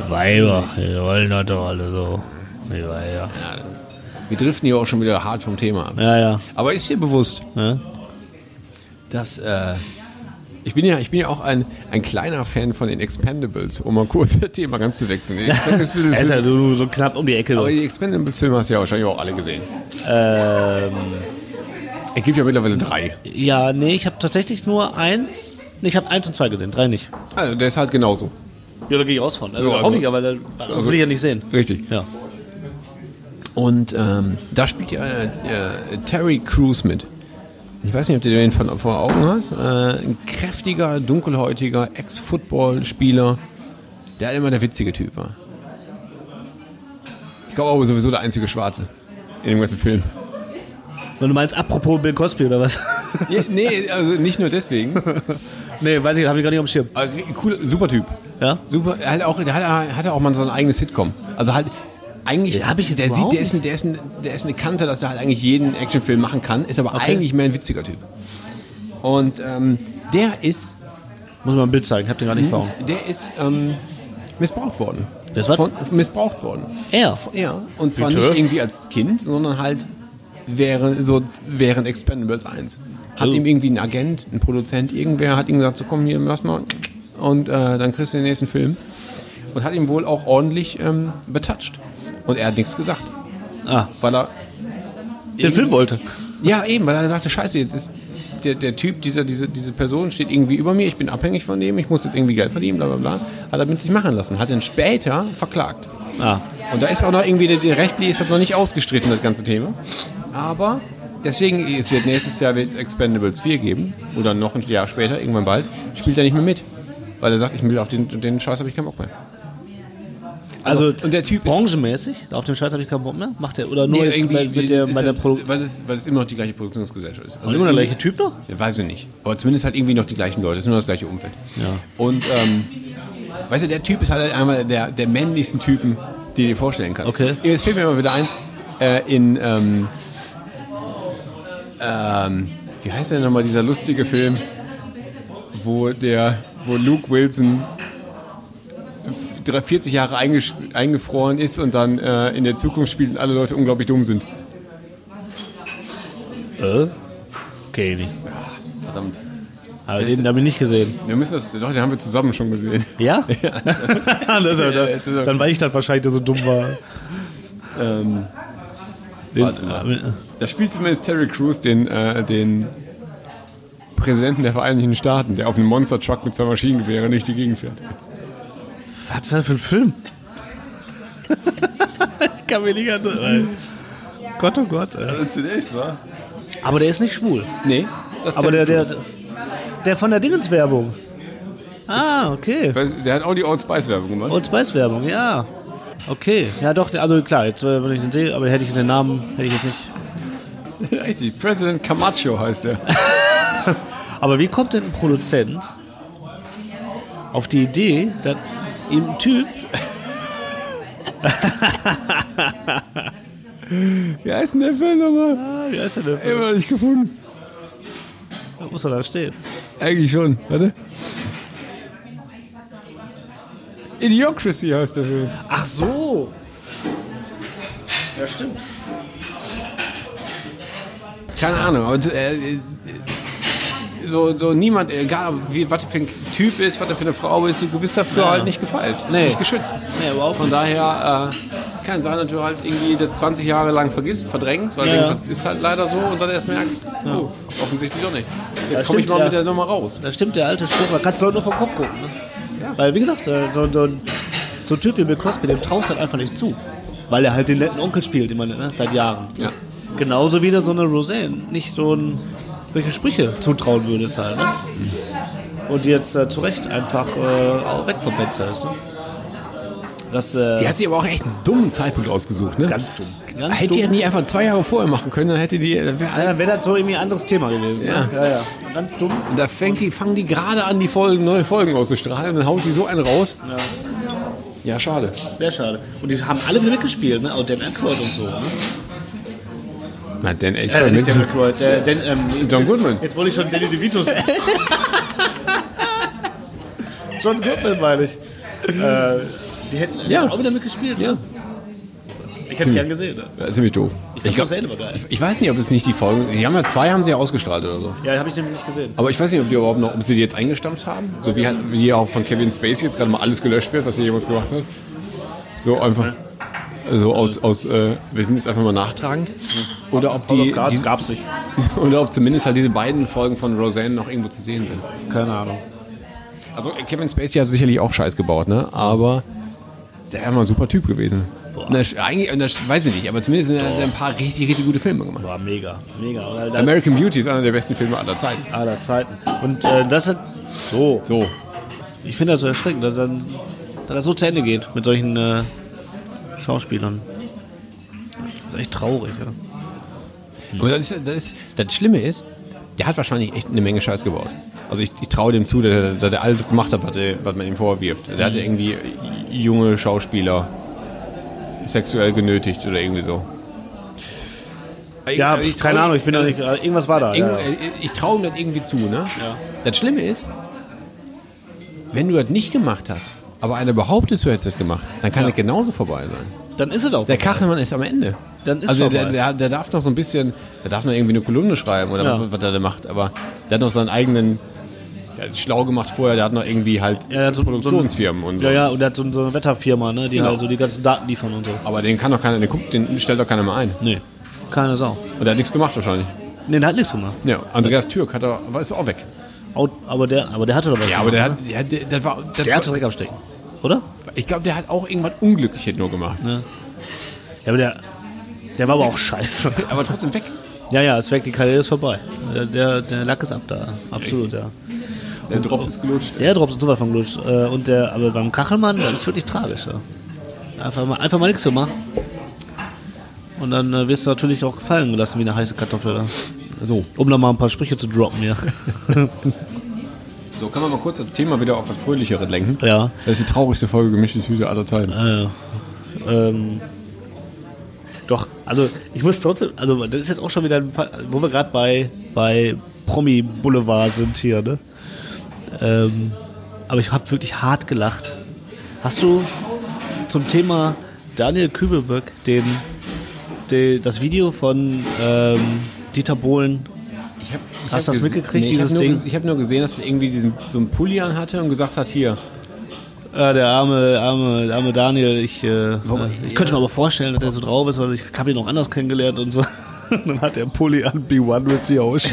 Weiber, die wollen das doch alle so. Die Weiber. Wir driften hier auch schon wieder hart vom Thema ab. Ja, ja. Aber ist dir bewusst, ja. dass äh, ich bin ja, ich bin ja auch ein, ein kleiner Fan von den Expendables, um mal kurz das Thema ganz zu wechseln. Die Expendables- Er ist ja nur so knapp um die Ecke. Aber So. die Expendables-Filme hast du ja wahrscheinlich auch alle gesehen. Ähm, Es gibt ja mittlerweile drei. ja, nee, ich habe tatsächlich nur eins. Nee, ich habe eins und zwei gesehen, drei nicht. Also der ist halt genauso. Ja, da gehe ich raus von. Also, So, also- hoffe ich, aber da, das will ich ja nicht sehen. Richtig. Ja. Und ähm, da spielt ja äh, äh, Terry Crews mit. Ich weiß nicht, ob du den von, vor Augen hast. Äh, ein kräftiger, dunkelhäutiger Ex-Football-Spieler, der halt immer der witzige Typ war. Ich glaube aber sowieso der einzige Schwarze in dem ganzen Film. Wenn du meinst, apropos Bill Cosby oder was? Ja, nee, also nicht nur deswegen. nee, weiß ich, habe ich gar nicht auf dem Schirm. Aber Cool, super Typ. Ja? Super, er hat auch, der hat, hat er auch mal sein eigenes Sitcom. Also halt, eigentlich, Ja, hab ich jetzt der, sieht, überhaupt der, ist ein, der, ist ein, der ist eine Kante, dass er halt eigentlich jeden Actionfilm machen kann, ist aber eigentlich mehr ein witziger Typ. Und ähm, der ist, Muss man ein Bild zeigen, hab den gar nicht vor Augen. der ist ähm, missbraucht worden. Das war- Von, missbraucht worden. Er. Ja, und zwar Bitte? nicht irgendwie als Kind, sondern halt während, so, z- während Expendables 1. Hat Oh. ihm irgendwie ein Agent, ein Produzent, irgendwer hat ihm gesagt, so komm hier, mach's mal und äh, dann kriegst du den nächsten Film. Und hat ihn wohl auch ordentlich ähm, betatscht. Und er hat nichts gesagt. Ah. Weil er, Den Film wollte. ja eben, weil er sagte, scheiße, jetzt ist der, der Typ, dieser, diese, diese Person steht irgendwie über mir, ich bin abhängig von dem, ich muss jetzt irgendwie Geld verdienen, bla bla bla. Hat er mit sich machen lassen, hat ihn später verklagt. Ah. Und da ist auch noch irgendwie, der, der rechtlich ist das noch nicht ausgestritten, das ganze Thema. Aber deswegen, es wird nächstes Jahr wird Expendables 4 geben. Oder noch ein Jahr später, irgendwann bald, spielt er nicht mehr mit. Weil er sagt, ich will auf den, den Scheiß habe ich keinen Bock mehr. Also, und der Typ ist- branchenmäßig, auf dem Scheiß habe ich keinen Bock mehr. Macht der oder nur jetzt irgendwie- bei, mit der, das ist bei der ja- Produktion? weil, es, weil es immer noch die gleiche Produktionsgesellschaft ist. Also Immer der gleiche Typ noch? Ja, weiß ich nicht. Aber zumindest halt irgendwie noch die gleichen Leute, es ist nur das gleiche Umfeld. Ja. Und ähm, weißt du, der Typ ist halt einmal der, der männlichsten Typen, die du dir vorstellen kannst. Okay. Jetzt fällt mir mal wieder ein, äh, in ähm, ähm, wie heißt denn nochmal dieser lustige Film, wo der, wo Luke Wilson drei- 40 Jahre eingesch- eingefroren ist und dann äh, in der Zukunft spielt und alle Leute unglaublich dumm sind. Äh? Okay, nicht. Verdammt. Aber den habe ich nicht gesehen. Wir müssen das, doch, den haben wir zusammen schon gesehen. Ja? das ist ja, Ja, das ist okay. dann, weil ich dann wahrscheinlich so dumm war. Ähm, Den, Warte mal. da spielt zumindest Terry Crews den, äh, den Präsidenten der Vereinigten Staaten, der auf einem Monster-Truck mit zwei Maschinengewehren durch die Gegend fährt. Was ist das für ein Film? ich kann mir nicht an. äh, Gott, oh Gott. Ey. Zunächst, war? Aber der ist nicht schwul. Nee, das ist Aber Terry der, der, Crews. der von der Dingenswerbung. Ah, okay. Weiß- der hat auch die Old Spice-Werbung gemacht. Old Spice Werbung, ja. Okay. Ja, doch, also klar, jetzt, äh, wenn ich den sehe, aber hätte ich jetzt den Namen, hätte ich jetzt nicht. Richtig, President Camacho heißt er. Aber wie kommt denn ein Produzent auf die Idee, dass ihm ein Typ. Wie heißt denn der Film nochmal? Ah, wie heißt der denn? Immer noch nicht gefunden. Da muss er da stehen. Eigentlich schon, warte. Idiocracy heißt der Film. Ach so. Ja, stimmt. Keine Ahnung, aber äh, äh, so, so niemand, egal wie, was du für ein Typ ist, was du für eine Frau bist, du bist dafür halt nicht gefeilt, Nee. nicht geschützt. Nee, überhaupt Von daher äh, kann es sein, dass du halt irgendwie das 20 Jahre lang vergisst, verdrängst, weil du Ja, denkst, das ist halt leider so und dann erst merkst, oh, offensichtlich doch nicht. Jetzt komme ich stimmt, mal ja. mit der Nummer raus. Da stimmt der alte Spruch, man kann es Leute nur vom Kopf gucken. Ne? Weil, wie gesagt, äh, so, so, ein- so ein Typ wie Bill Cosby, dem traust du halt einfach nicht zu. Weil er halt den netten Onkel spielt, den man ne, seit Jahren. Ja. Genauso wie du so eine Roseanne nicht so ein, solche Sprüche zutrauen würdest halt. Ne? Und die jetzt äh, zu Recht einfach äh, auch weg vom Fenster ist. Ne? Das, äh, Die hat sich aber auch echt einen dummen Zeitpunkt ausgesucht, ne? ganz dumm. Ganz hätte dumm. die ja nie einfach zwei Jahre vorher machen können, dann hätte die. äh, wär Ja, alle- dann wäre das so irgendwie ein anderes Thema gewesen. Ja. Ne? Ja, ja. Ganz dumm. Und da fängt die, fangen die gerade an, die Folgen, neue Folgen auszustrahlen und dann haut die so einen raus. ja schade. Sehr schade. Und die haben alle wieder mitgespielt, ne? Auch Dan Aykroyd und so. Ne? Na, Dan Äh, Aykroyd. nicht Dan Aykroyd, äh, Dan, ähm, John Goodman. Jetzt wollte ich schon Danny DeVito sagen. John Goodman meine ich. Äh, die hätten Ja. auch wieder mitgespielt. Ne? Ja. Ich hätte es gern gesehen. Ne? Ja, ziemlich doof. Ich Ich, glaub, glaub, das Ende war geil. ich weiß nicht, ob es nicht die Folgen. Die haben ja zwei haben sie ja ausgestrahlt oder so. Ja, habe ich nämlich nicht gesehen. Aber ich weiß nicht, ob die überhaupt noch, ob sie die jetzt eingestampft haben. So wie, halt- wie auch von Kevin Spacey jetzt gerade mal alles gelöscht wird, was er jemals gemacht hat. So einfach. ne? So aus, aus äh, wir sind jetzt einfach mal nachtragend. Mhm. Oder ob die. House of Cards die- gab's nicht. Oder ob zumindest halt diese beiden Folgen von Roseanne noch irgendwo zu sehen sind. Keine Ahnung. Also äh, Kevin Spacey hat sicherlich auch Scheiß gebaut, ne? Aber der war ein super Typ gewesen. Na, sch- eigentlich, na, sch- weiß ich nicht, aber zumindest hat er ein paar richtig, richtig gute Filme gemacht. War mega, mega. Oder? Da- American Beauty ist einer der besten Filme aller Zeiten. aller Zeiten. Und äh, das hat. So. So, Ich finde das so erschreckend, dass, dann, dass das so zu Ende geht mit solchen äh, Schauspielern. Das ist echt traurig, ja. Aber das, ist, das, ist, das Schlimme ist, der hat wahrscheinlich echt eine Menge Scheiß gebaut. Also ich, ich traue dem zu, dass er, dass er alles gemacht hat, was, er, was man ihm vorwirft. Der hat irgendwie junge Schauspieler sexuell genötigt oder irgendwie so. Ja, Also ich, trau keine ihm- Ahnung, ich bin da nicht. äh, Irgendwas war da. Irgendwo, ja. äh, Ich traue ihm das irgendwie zu, ne? Das Schlimme ist, wenn du das nicht gemacht hast, aber einer behauptet, du hättest das gemacht, dann kann das genauso vorbei sein. Dann ist es auch. Der Kachelmann ist am Ende. Dann ist also vorbei. der, der, der darf noch so ein bisschen, der darf noch irgendwie eine Kolumne schreiben oder Ja. was, was er da macht, aber der hat noch seinen eigenen, der hat schlau gemacht vorher, der hat noch irgendwie halt Ja, der hat so- so einen- Produktionsfirmen und so. ja, ja, und der hat so, so eine Wetterfirma, ne, die Genau. halt so die ganzen Daten liefern und so. Aber den kann doch keiner, den, guckt, den stellt doch keiner mehr ein. Nee, keine Sau. Und der hat nichts gemacht wahrscheinlich. Nee, der hat nichts gemacht. Ja, Andreas Türk hat er, war- ist auch weg. Out, aber, der, aber der hatte doch was. Ja, aber der hat, der, hat- der, der war, der, Der hatte Dreck am Stecken. Oder? ich glaube, der hat auch irgendwas Unglückliches nur gemacht. Ja, aber der. Der war aber auch scheiße. Aber trotzdem weg. ja, ja, ist weg, die Karriere ist vorbei. Der, der, der Lack ist ab da. Absolut, ja. Der Drops ist gelutscht. Der Drops ist super von Glutsch. Äh, und der, aber beim Kachelmann, das ist wirklich tragisch. Ja. Einfach, mal, einfach mal nichts gemacht. Und dann äh, wirst du natürlich auch gefallen gelassen wie eine heiße Kartoffel. Da. So, Um da mal ein paar Sprüche zu droppen, ja. so kann man mal kurz das Thema wieder auf was Fröhlicheres lenken. ja. Das ist die traurigste Folge gemischte Tüte aller Zeiten. Äh, ähm, doch, also ich muss trotzdem, also das ist jetzt auch schon wieder, ein paar, wo wir gerade bei, bei Promi Boulevard sind hier, ne? Ähm, aber ich habe wirklich hart gelacht. Hast du zum Thema Daniel Kübelböck den, den, das Video von ähm, Dieter Bohlen? Ich hab- ich Hast hab du das ges- mitgekriegt, ich hab dieses nur Ding? ges- Ich habe nur gesehen, dass er irgendwie diesen, so einen Pulli an hatte und gesagt hat, hier, Äh, der arme, arme, der arme Daniel, ich, äh, äh, ich könnte mir aber vorstellen, dass er so drauf ist, weil ich habe ihn auch anders kennengelernt und so. dann hat er einen Pulli an, B1 with the Ocean.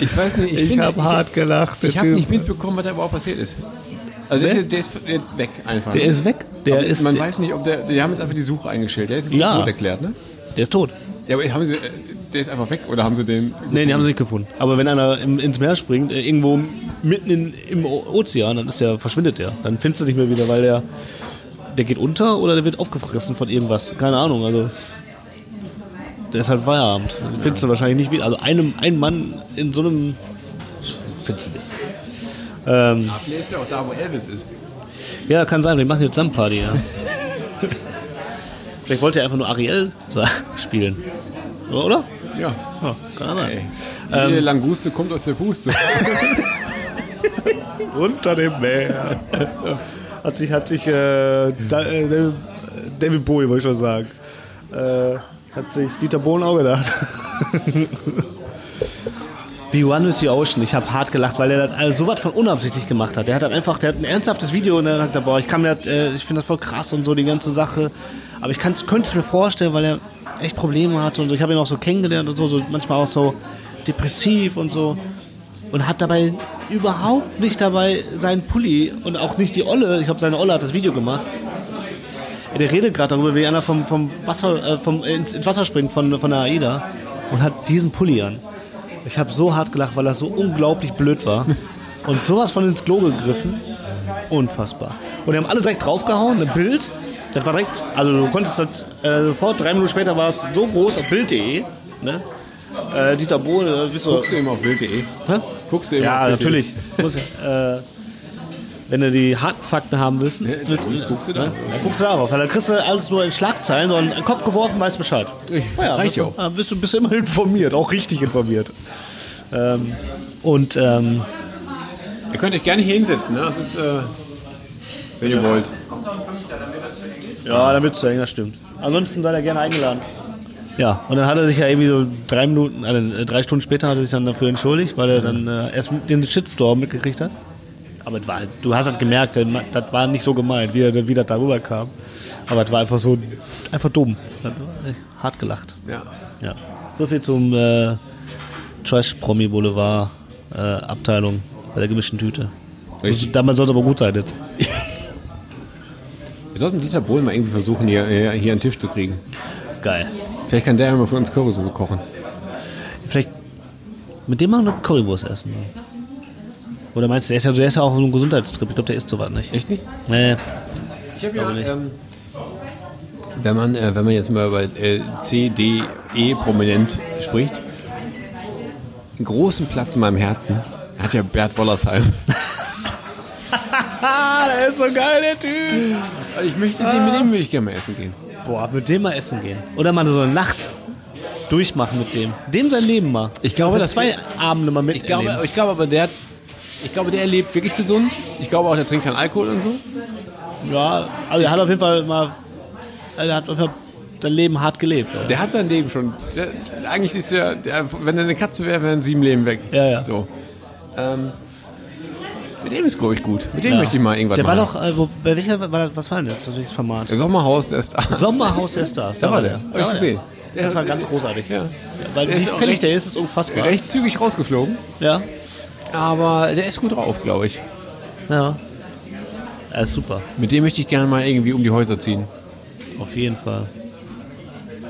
ich weiß nicht, ich, Ich, finde, habe hart gelacht, der ich habe Typ. nicht mitbekommen, was da überhaupt passiert ist. Also der, ist, der ist jetzt weg einfach. der ist weg, der Aber ist, man der, weiß nicht, ob der, die haben jetzt einfach die Suche eingestellt. Der ist jetzt Ja. nicht tot erklärt, ne? der ist tot. Ja, aber haben sie, äh, der ist einfach weg oder haben sie den... Nee, die haben sie nicht gefunden. Aber wenn einer im, ins Meer springt, äh, irgendwo mitten in, im O- Ozean, dann ist der, verschwindet der. Dann findest du dich nicht mehr wieder, weil der, der geht unter oder der wird aufgefressen von irgendwas. Keine Ahnung, also. Der ist halt Feierabend. Den findest du wahrscheinlich nicht wieder. Also einem, ein Mann in so einem. Findest du nicht. Ähm, Ah, Vielleicht ist ja auch da, wo Elvis ist. ja, kann sein, wir machen jetzt zusammen Party, ja. Vielleicht wollte er einfach nur Ariel sa- spielen. Oder? Ja. Ja, kann sein. Ey. Ähm. Die Languste kommt aus der Puste. Unter dem Meer. hat sich, hat sich äh, da, äh, David- David Bowie, wollte ich schon sagen. Äh, hat sich Dieter Bohlen auch gedacht. B1 is the Ocean. Ich habe hart gelacht, weil er das also sowas von unabsichtlich gemacht hat. Der hat dann einfach, der hat ein ernsthaftes Video und dann sagt er, boah, ich kann mir das, äh, ich finde das voll krass und so die ganze Sache. Aber ich kann's- könnte es mir vorstellen, weil er echt Probleme hatte und so. Ich habe ihn auch so kennengelernt und so, so manchmal auch so depressiv und so. Und hat dabei überhaupt nicht dabei seinen Pulli und auch nicht die Olle. Ich glaube, seine Olle hat das Video gemacht. Ja, Der redet gerade darüber, wie einer vom, vom Wasser, äh, vom, ins, ins Wasser springt von, von der AIDA und hat diesen Pulli an. Ich habe so hart gelacht, weil das so unglaublich blöd war. Und sowas von ins Klo gegriffen. Unfassbar. Und die haben alle direkt draufgehauen, ein Bild. Das war direkt, also du konntest das äh, sofort, drei Minuten später war es so groß auf Bild.de. Ne? Äh, Dieter Bohle, äh, bist du. Guckst du immer auf Bild.de? Hä? Guckst du immer Ja, auf Bild.de? natürlich. Muss ja, äh, wenn du die harten Fakten haben willst, Ja, dann willst guckst du da. ne? Dann guckst du darauf. Weil dann kriegst du alles nur in Schlagzeilen, sondern einen Kopf geworfen, weißt Bescheid. Naja, reicht bist, du, auch. ah, bist, du, bist du immer informiert, auch richtig informiert. Ähm, und ähm, Ihr könnt euch gerne hier hinsetzen, ne? Das ist, äh, wenn ihr wollt. ja, damit zu hängen, das stimmt. Ansonsten seid ihr gerne eingeladen. Ja, und dann hat er sich ja irgendwie so drei Minuten, also drei Stunden später hat er sich dann dafür entschuldigt, weil er dann äh, erst den Shitstorm mitgekriegt hat. Aber es war, halt- du hast halt gemerkt, der Ma- das war nicht so gemeint, wie, er- wie das darüber kam. Aber es war einfach so, einfach dumm. Das war echt Hart gelacht. Ja. Ja. So viel zum äh, Trash Promi Boulevard äh, Abteilung bei der gemischten Tüte. Richtig. Damals soll es aber gut sein jetzt. Wir sollten Dieter Bohlen mal irgendwie versuchen, hier, hier hier einen Tisch zu kriegen. Geil. Vielleicht kann der ja mal für uns Currysoße kochen. Vielleicht mit dem mal eine Currywurst essen. ne? Oder meinst du, der ist ja, der ist ja auch auf so einem Gesundheitstrip. Ich glaube, der isst sowas nicht. Echt nicht? Nee. Ich habe ja, nicht. wenn, man, äh, wenn man jetzt mal über äh, CDE prominent spricht, einen großen Platz in meinem Herzen hat ja Bert Wollersheim. der ist so geil, der Typ. Ich möchte den, mit dem würde ich gerne mal essen gehen. Boah, mit dem mal essen gehen. Oder mal so eine Nacht durchmachen mit dem. Dem sein Leben mal. Ich glaube, das das zwei Abende mal mit. Ich glaube, ich glaube aber, der, hat- ich glaube, der lebt wirklich gesund. Ich glaube auch, der trinkt keinen Alkohol und so. ja, also er hat auf jeden Fall mal, er hat auf jeden Fall sein Leben hart gelebt. ja. Der hat sein Leben schon. Der, eigentlich ist der, der, wenn er eine Katze wäre, wären sieben Leben weg. Ja, ja. So. Ähm, mit dem ist, glaube ich, gut. Mit dem möchte ich mal irgendwas Der war machen. doch, äh, wo, bei welcher war das, was war denn jetzt, welches Format? Der Sommerhaus, der ist Arzt. Sommerhaus der Stars. Da war der. Hab ich gesehen. Der Das war hat- ganz großartig. Ja. Weil Der wie ist auch fällig recht- der ist, ist unfassbar. Recht zügig rausgeflogen, Ja, aber der ist gut drauf, glaube ich. ja. Er ist super, Mit dem möchte ich gerne mal irgendwie um die Häuser ziehen. auf jeden Fall.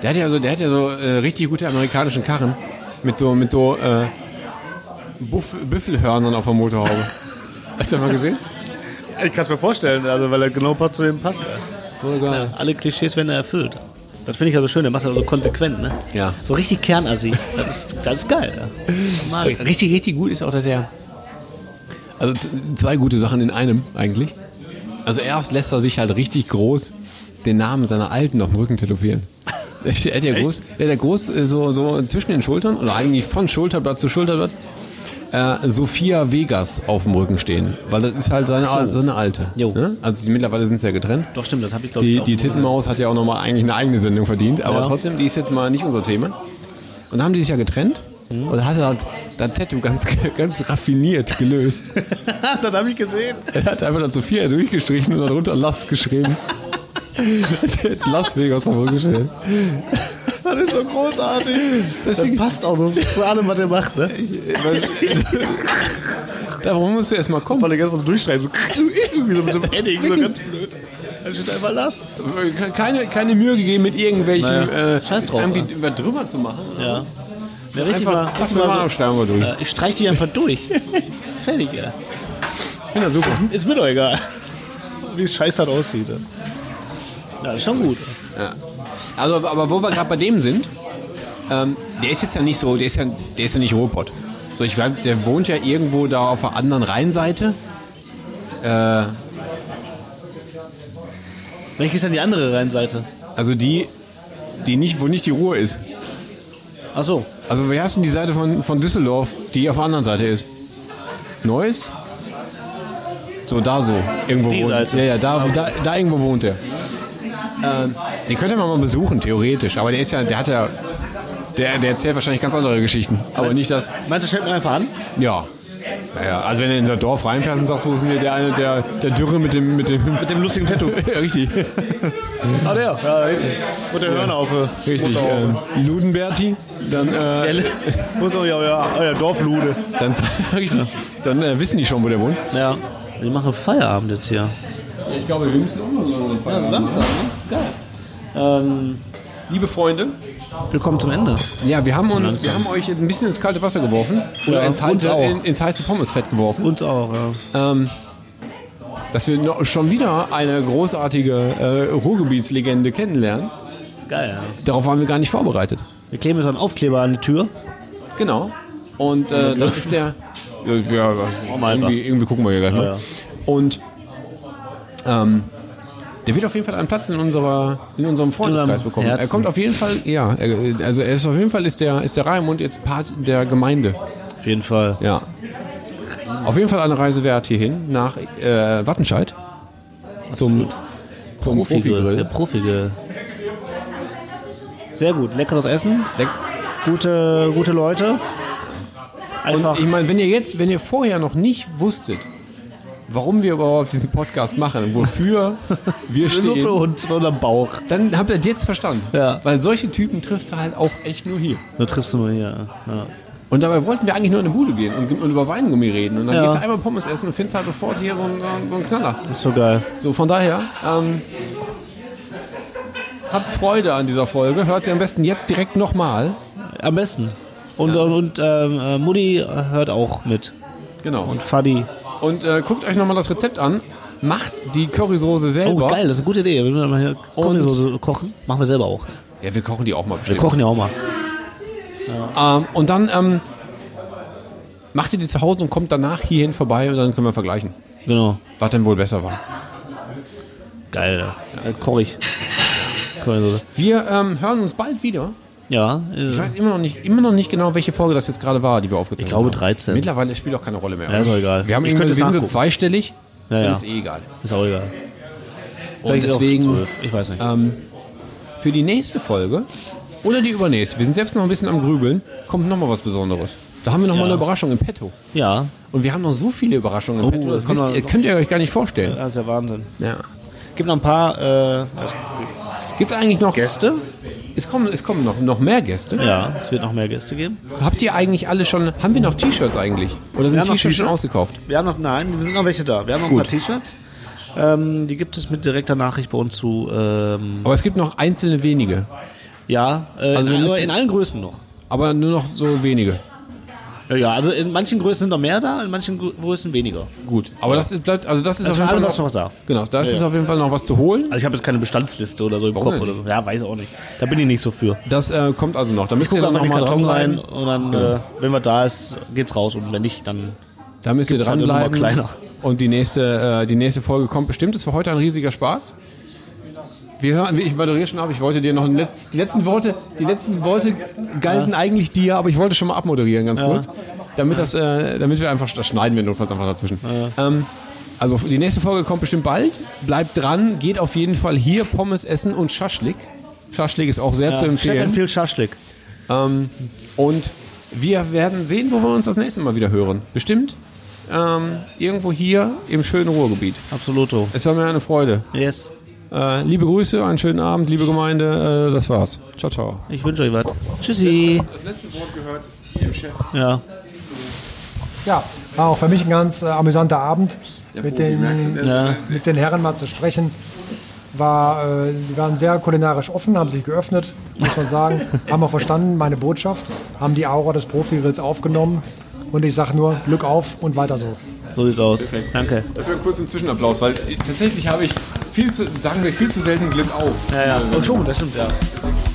Der hat ja so, der hat ja so äh, richtig gute amerikanischen Karren mit so mit so äh, Buff Büffelhörnern auf der Motorhaube. Hast du das mal gesehen? Ich kann es mir vorstellen, also, weil er genau zu dem passt. Voll geil. Alle Klischees werden da erfüllt. Das finde ich also schön, der macht das so konsequent, ne? Ja. So richtig Kernassi. Das ist, das ist geil. Ja. Mag ich. Richtig, richtig gut ist auch, dass er. Also z- zwei gute Sachen in einem eigentlich. Also erst lässt er sich halt richtig groß den Namen seiner Alten auf dem Rücken tätowieren. Er ste- er hat ja groß, er hat ja groß äh, so, so zwischen den Schultern oder eigentlich von Schulterblatt zu Schulterblatt äh, Sophia Vegas auf dem Rücken stehen. Weil das ist halt seine, Al- seine Alte. Jo. Ne? Also die, mittlerweile sind sie ja getrennt. Doch, stimmt, das habe ich glaube ich Die, auch. die Tittenmaus hat ja auch nochmal eigentlich eine eigene Sendung verdient, aber Ja. trotzdem, die ist jetzt mal nicht unser Thema. Und da haben die sich ja getrennt Mhm. und da hat er halt das Tattoo ganz, ganz raffiniert gelöst. das habe ich gesehen. er hat einfach das Sophia durchgestrichen und darunter Las geschrieben. Jetzt Las Vegas auf dem Rücken stehen. Das ist so großartig. Deswegen- Das passt auch so zu allem, was er macht, ne? Darum musst du erstmal kommen. Weil er ganz was durchschreien, so irgendwie so mit so einem Edding, so ganz blöd. Das steht einfach lass. Keine, keine Mühe gegeben mit irgendwelchen Naja. äh, Scheiß drauf, irgendwie über drüber zu machen. Ja. ja richtig Einfach, mal, sag richtig mir mal mal, so, schreiben wir durch. äh, ich streich die einfach durch. Fertig, ja. Ich finde das super. Ist, ist mir doch egal, wie scheiße das aussieht. ne? Ja, ist schon gut. Also, aber wo wir gerade bei dem sind, ähm, der ist jetzt ja nicht so, der ist ja, der ist ja nicht Robot. So, ich glaube, der wohnt ja irgendwo da auf der anderen Rheinseite. Welche ist denn die andere Rheinseite? Also die, die nicht, wo nicht die Ruhe ist. Ach so. Also wie heißt denn die Seite von, von Düsseldorf, die auf der anderen Seite ist? Neuss? So, da so. Irgendwo Die wohnt Seite. Ja, ja, da, da, da irgendwo wohnt er. Ähm, den könnte man mal besuchen, theoretisch. Aber der ist ja, der hat ja, der, der erzählt wahrscheinlich ganz andere Geschichten. Aber nicht das, Meinst du, stellt man einfach an? Ja. Naja, also wenn du in das Dorf reinfährst und sagst, wo ist denn hier der eine, der, der Dürre mit dem, mit dem, mit dem lustigen Tattoo? Richtig. Ah, der, ja, da hinten. Und der Hörner auf. äh, Richtig. Motorhaube. Ähm, Ludenberti, dann, äh, Muss doch ja, ah, ja, euer Dorflude. dann, richtig. dann äh, wissen die schon, wo der wohnt. Ja. Wir machen Feierabend jetzt hier. Ich glaube, wir müssen umgehen. Ähm, ne? Liebe Freunde, willkommen zum Ende. ja, wir haben, uns, wir haben euch ein bisschen ins kalte Wasser geworfen. Oder Ja, ins, uns heiße, auch. in, ins heiße Pommesfett geworfen. Uns auch, ja. ähm, dass wir noch, schon wieder eine großartige äh, Ruhrgebietslegende kennenlernen. Geil, ja. Darauf waren wir gar nicht vorbereitet. Wir kleben jetzt einen Aufkleber an die Tür. Genau. Und äh, das ist der. Ja, ja, wir einfach. irgendwie, irgendwie gucken wir hier gleich ne? mal. Ja, ja. Und ähm, der wird auf jeden Fall einen Platz in unserer in unserem Freundeskreis unserem bekommen. Er Herzen. kommt auf jeden Fall, ja, er, also er ist auf jeden Fall ist der ist der Raimund jetzt Part der Gemeinde. Auf jeden Fall. Ja. Auf jeden Fall eine Reise wert hierhin nach äh, Wattenscheid zum zum Der Profi-Grill. Profige. Sehr gut. Leckeres Essen. Leck- gute, gute Leute. Einfach. Und ich meine, wenn ihr jetzt, wenn ihr vorher noch nicht wusstet, warum wir überhaupt diesen Podcast machen, wofür wir nur für stehen, uns, für unseren Bauch. dann habt ihr das jetzt verstanden. Ja. Weil solche Typen triffst du halt auch echt nur hier. Da triffst du mal hier. Ja. Und dabei wollten wir eigentlich nur in eine Bude gehen und, und über Weingummi reden. Und dann Ja. gehst du einmal Pommes essen und findest halt sofort hier so einen, so einen- so einen Knaller. Ist so geil. So, von daher, ähm, habt Freude an dieser Folge. Hört sie am besten jetzt direkt nochmal. Am besten. Und, und, und ähm, äh, Mutti hört auch mit. Genau. Und, Fadi. und äh, guckt euch nochmal das Rezept an. Macht die Currysoße Oh, selber. geil, das ist eine gute Idee. Wenn wir dann mal hier Currysoße kochen, machen wir selber auch. Ja, wir kochen die auch mal Wir bestimmt. kochen ja auch mal. Ähm, und dann ähm, macht ihr die zu Hause und kommt danach hierhin vorbei und dann können wir vergleichen, Genau. was denn wohl besser war. Geil. Ja. Koch ich. Currysoße. Wir ähm, hören uns bald wieder. Ja, äh, Ich weiß immer noch nicht, immer noch nicht genau, welche Folge das jetzt gerade war, die wir aufgezeichnet Ich glaube, haben. 13. Mittlerweile spielt auch keine Rolle mehr. Ja, ist doch egal. Wir, haben Ich irgendwie- könnte es wir sind so nachgucken. zweistellig, ja, dann ja. ist eh egal. Ist auch egal. Und Vielleicht ist auch deswegen 12. Ich weiß nicht. für die nächste Folge oder die übernächste, wir sind selbst noch ein bisschen am Grübeln, kommt nochmal was Besonderes. Da haben wir nochmal Ja. mal eine Überraschung im Petto. ja. Und wir haben noch so viele Überraschungen im Oh, Petto, das das kann wisst, man- ihr- könnt ihr euch gar nicht vorstellen. Das ist ja Wahnsinn. Ja. Gibt noch ein paar. Äh, Gibt es eigentlich noch Gäste? Es kommen, es kommen noch, noch mehr Gäste. ja, es wird noch mehr Gäste geben. Habt ihr eigentlich alle schon, haben wir noch T-Shirts eigentlich? Oder sind Wir haben noch T-Shirts schon T-Shirts. ausgekauft? Wir haben noch, nein, wir sind noch welche da. Wir haben noch Gut. ein paar T-Shirts. Ähm, die gibt es mit direkter Nachricht bei uns zu. Ähm, Aber es gibt noch einzelne wenige. ja, äh, Also wir in, müssen- nur in allen Größen noch. Aber nur noch so wenige. Ja, ja, also in manchen Größen sind noch mehr da, in manchen Gr- Größen weniger. Gut. Aber das ist, bleibt, also das ist Also auf für alle jeden was Fall noch da. Genau, da ist Ja, es ja. auf jeden Fall noch was zu holen. Also ich habe jetzt keine Bestandsliste oder so im Warum Kopf denn oder so. Ja, weiß auch nicht. Da bin ich nicht so für. Das äh, kommt also noch. Da müsst Guck ihr dann einfach in den nochmal Karton rein dranbleiben. und dann, äh, wenn wir da ist, geht's raus. Und wenn nicht, dann. Da müsst ihr Gibt's halt dranbleiben. immer kleiner. Und die nächste, äh, die nächste Folge kommt bestimmt. Es war heute ein riesiger Spaß. Wir hören, ich moderiere schon ab. Ich wollte dir noch ein Letz die letzten Worte, die letzten Worte galten eigentlich dir, aber ich wollte schon mal abmoderieren, ganz kurz, damit das, äh, damit wir einfach, das schneiden wir notfalls einfach dazwischen. Ähm, also die nächste Folge kommt bestimmt bald. Bleibt dran, geht auf jeden Fall hier Pommes essen und Schaschlik. Schaschlik ist auch sehr zu Chef empfehlen. empfiehlt Schaschlik. Ähm, und wir werden sehen, wo wir uns das nächste Mal wieder hören. Bestimmt ähm, irgendwo hier im schönen Ruhrgebiet. Absoluto. Es war mir eine Freude. Yes. Äh, liebe Grüße, einen schönen Abend, liebe Gemeinde. Äh, das war's. Ciao, ciao. Ich wünsche euch was. Tschüssi. Das letzte Wort gehört dem Chef. Ja. Ja, war auch für mich ein ganz äh, amüsanter Abend, mit, den, Ja. mit den Herren mal zu sprechen. War, äh, die waren sehr kulinarisch offen, haben sich geöffnet, muss man sagen. haben auch verstanden, meine Botschaft, haben die Aura des Profigrills aufgenommen. Und ich sage nur, Glück auf und weiter so. So sieht's aus. Danke. Dafür einen kurzen Zwischenapplaus, weil tatsächlich habe ich viel zu, sagen wir, viel zu selten Glück auf. 哎 Ja, ja. Oh, schon, das stimmt, ja.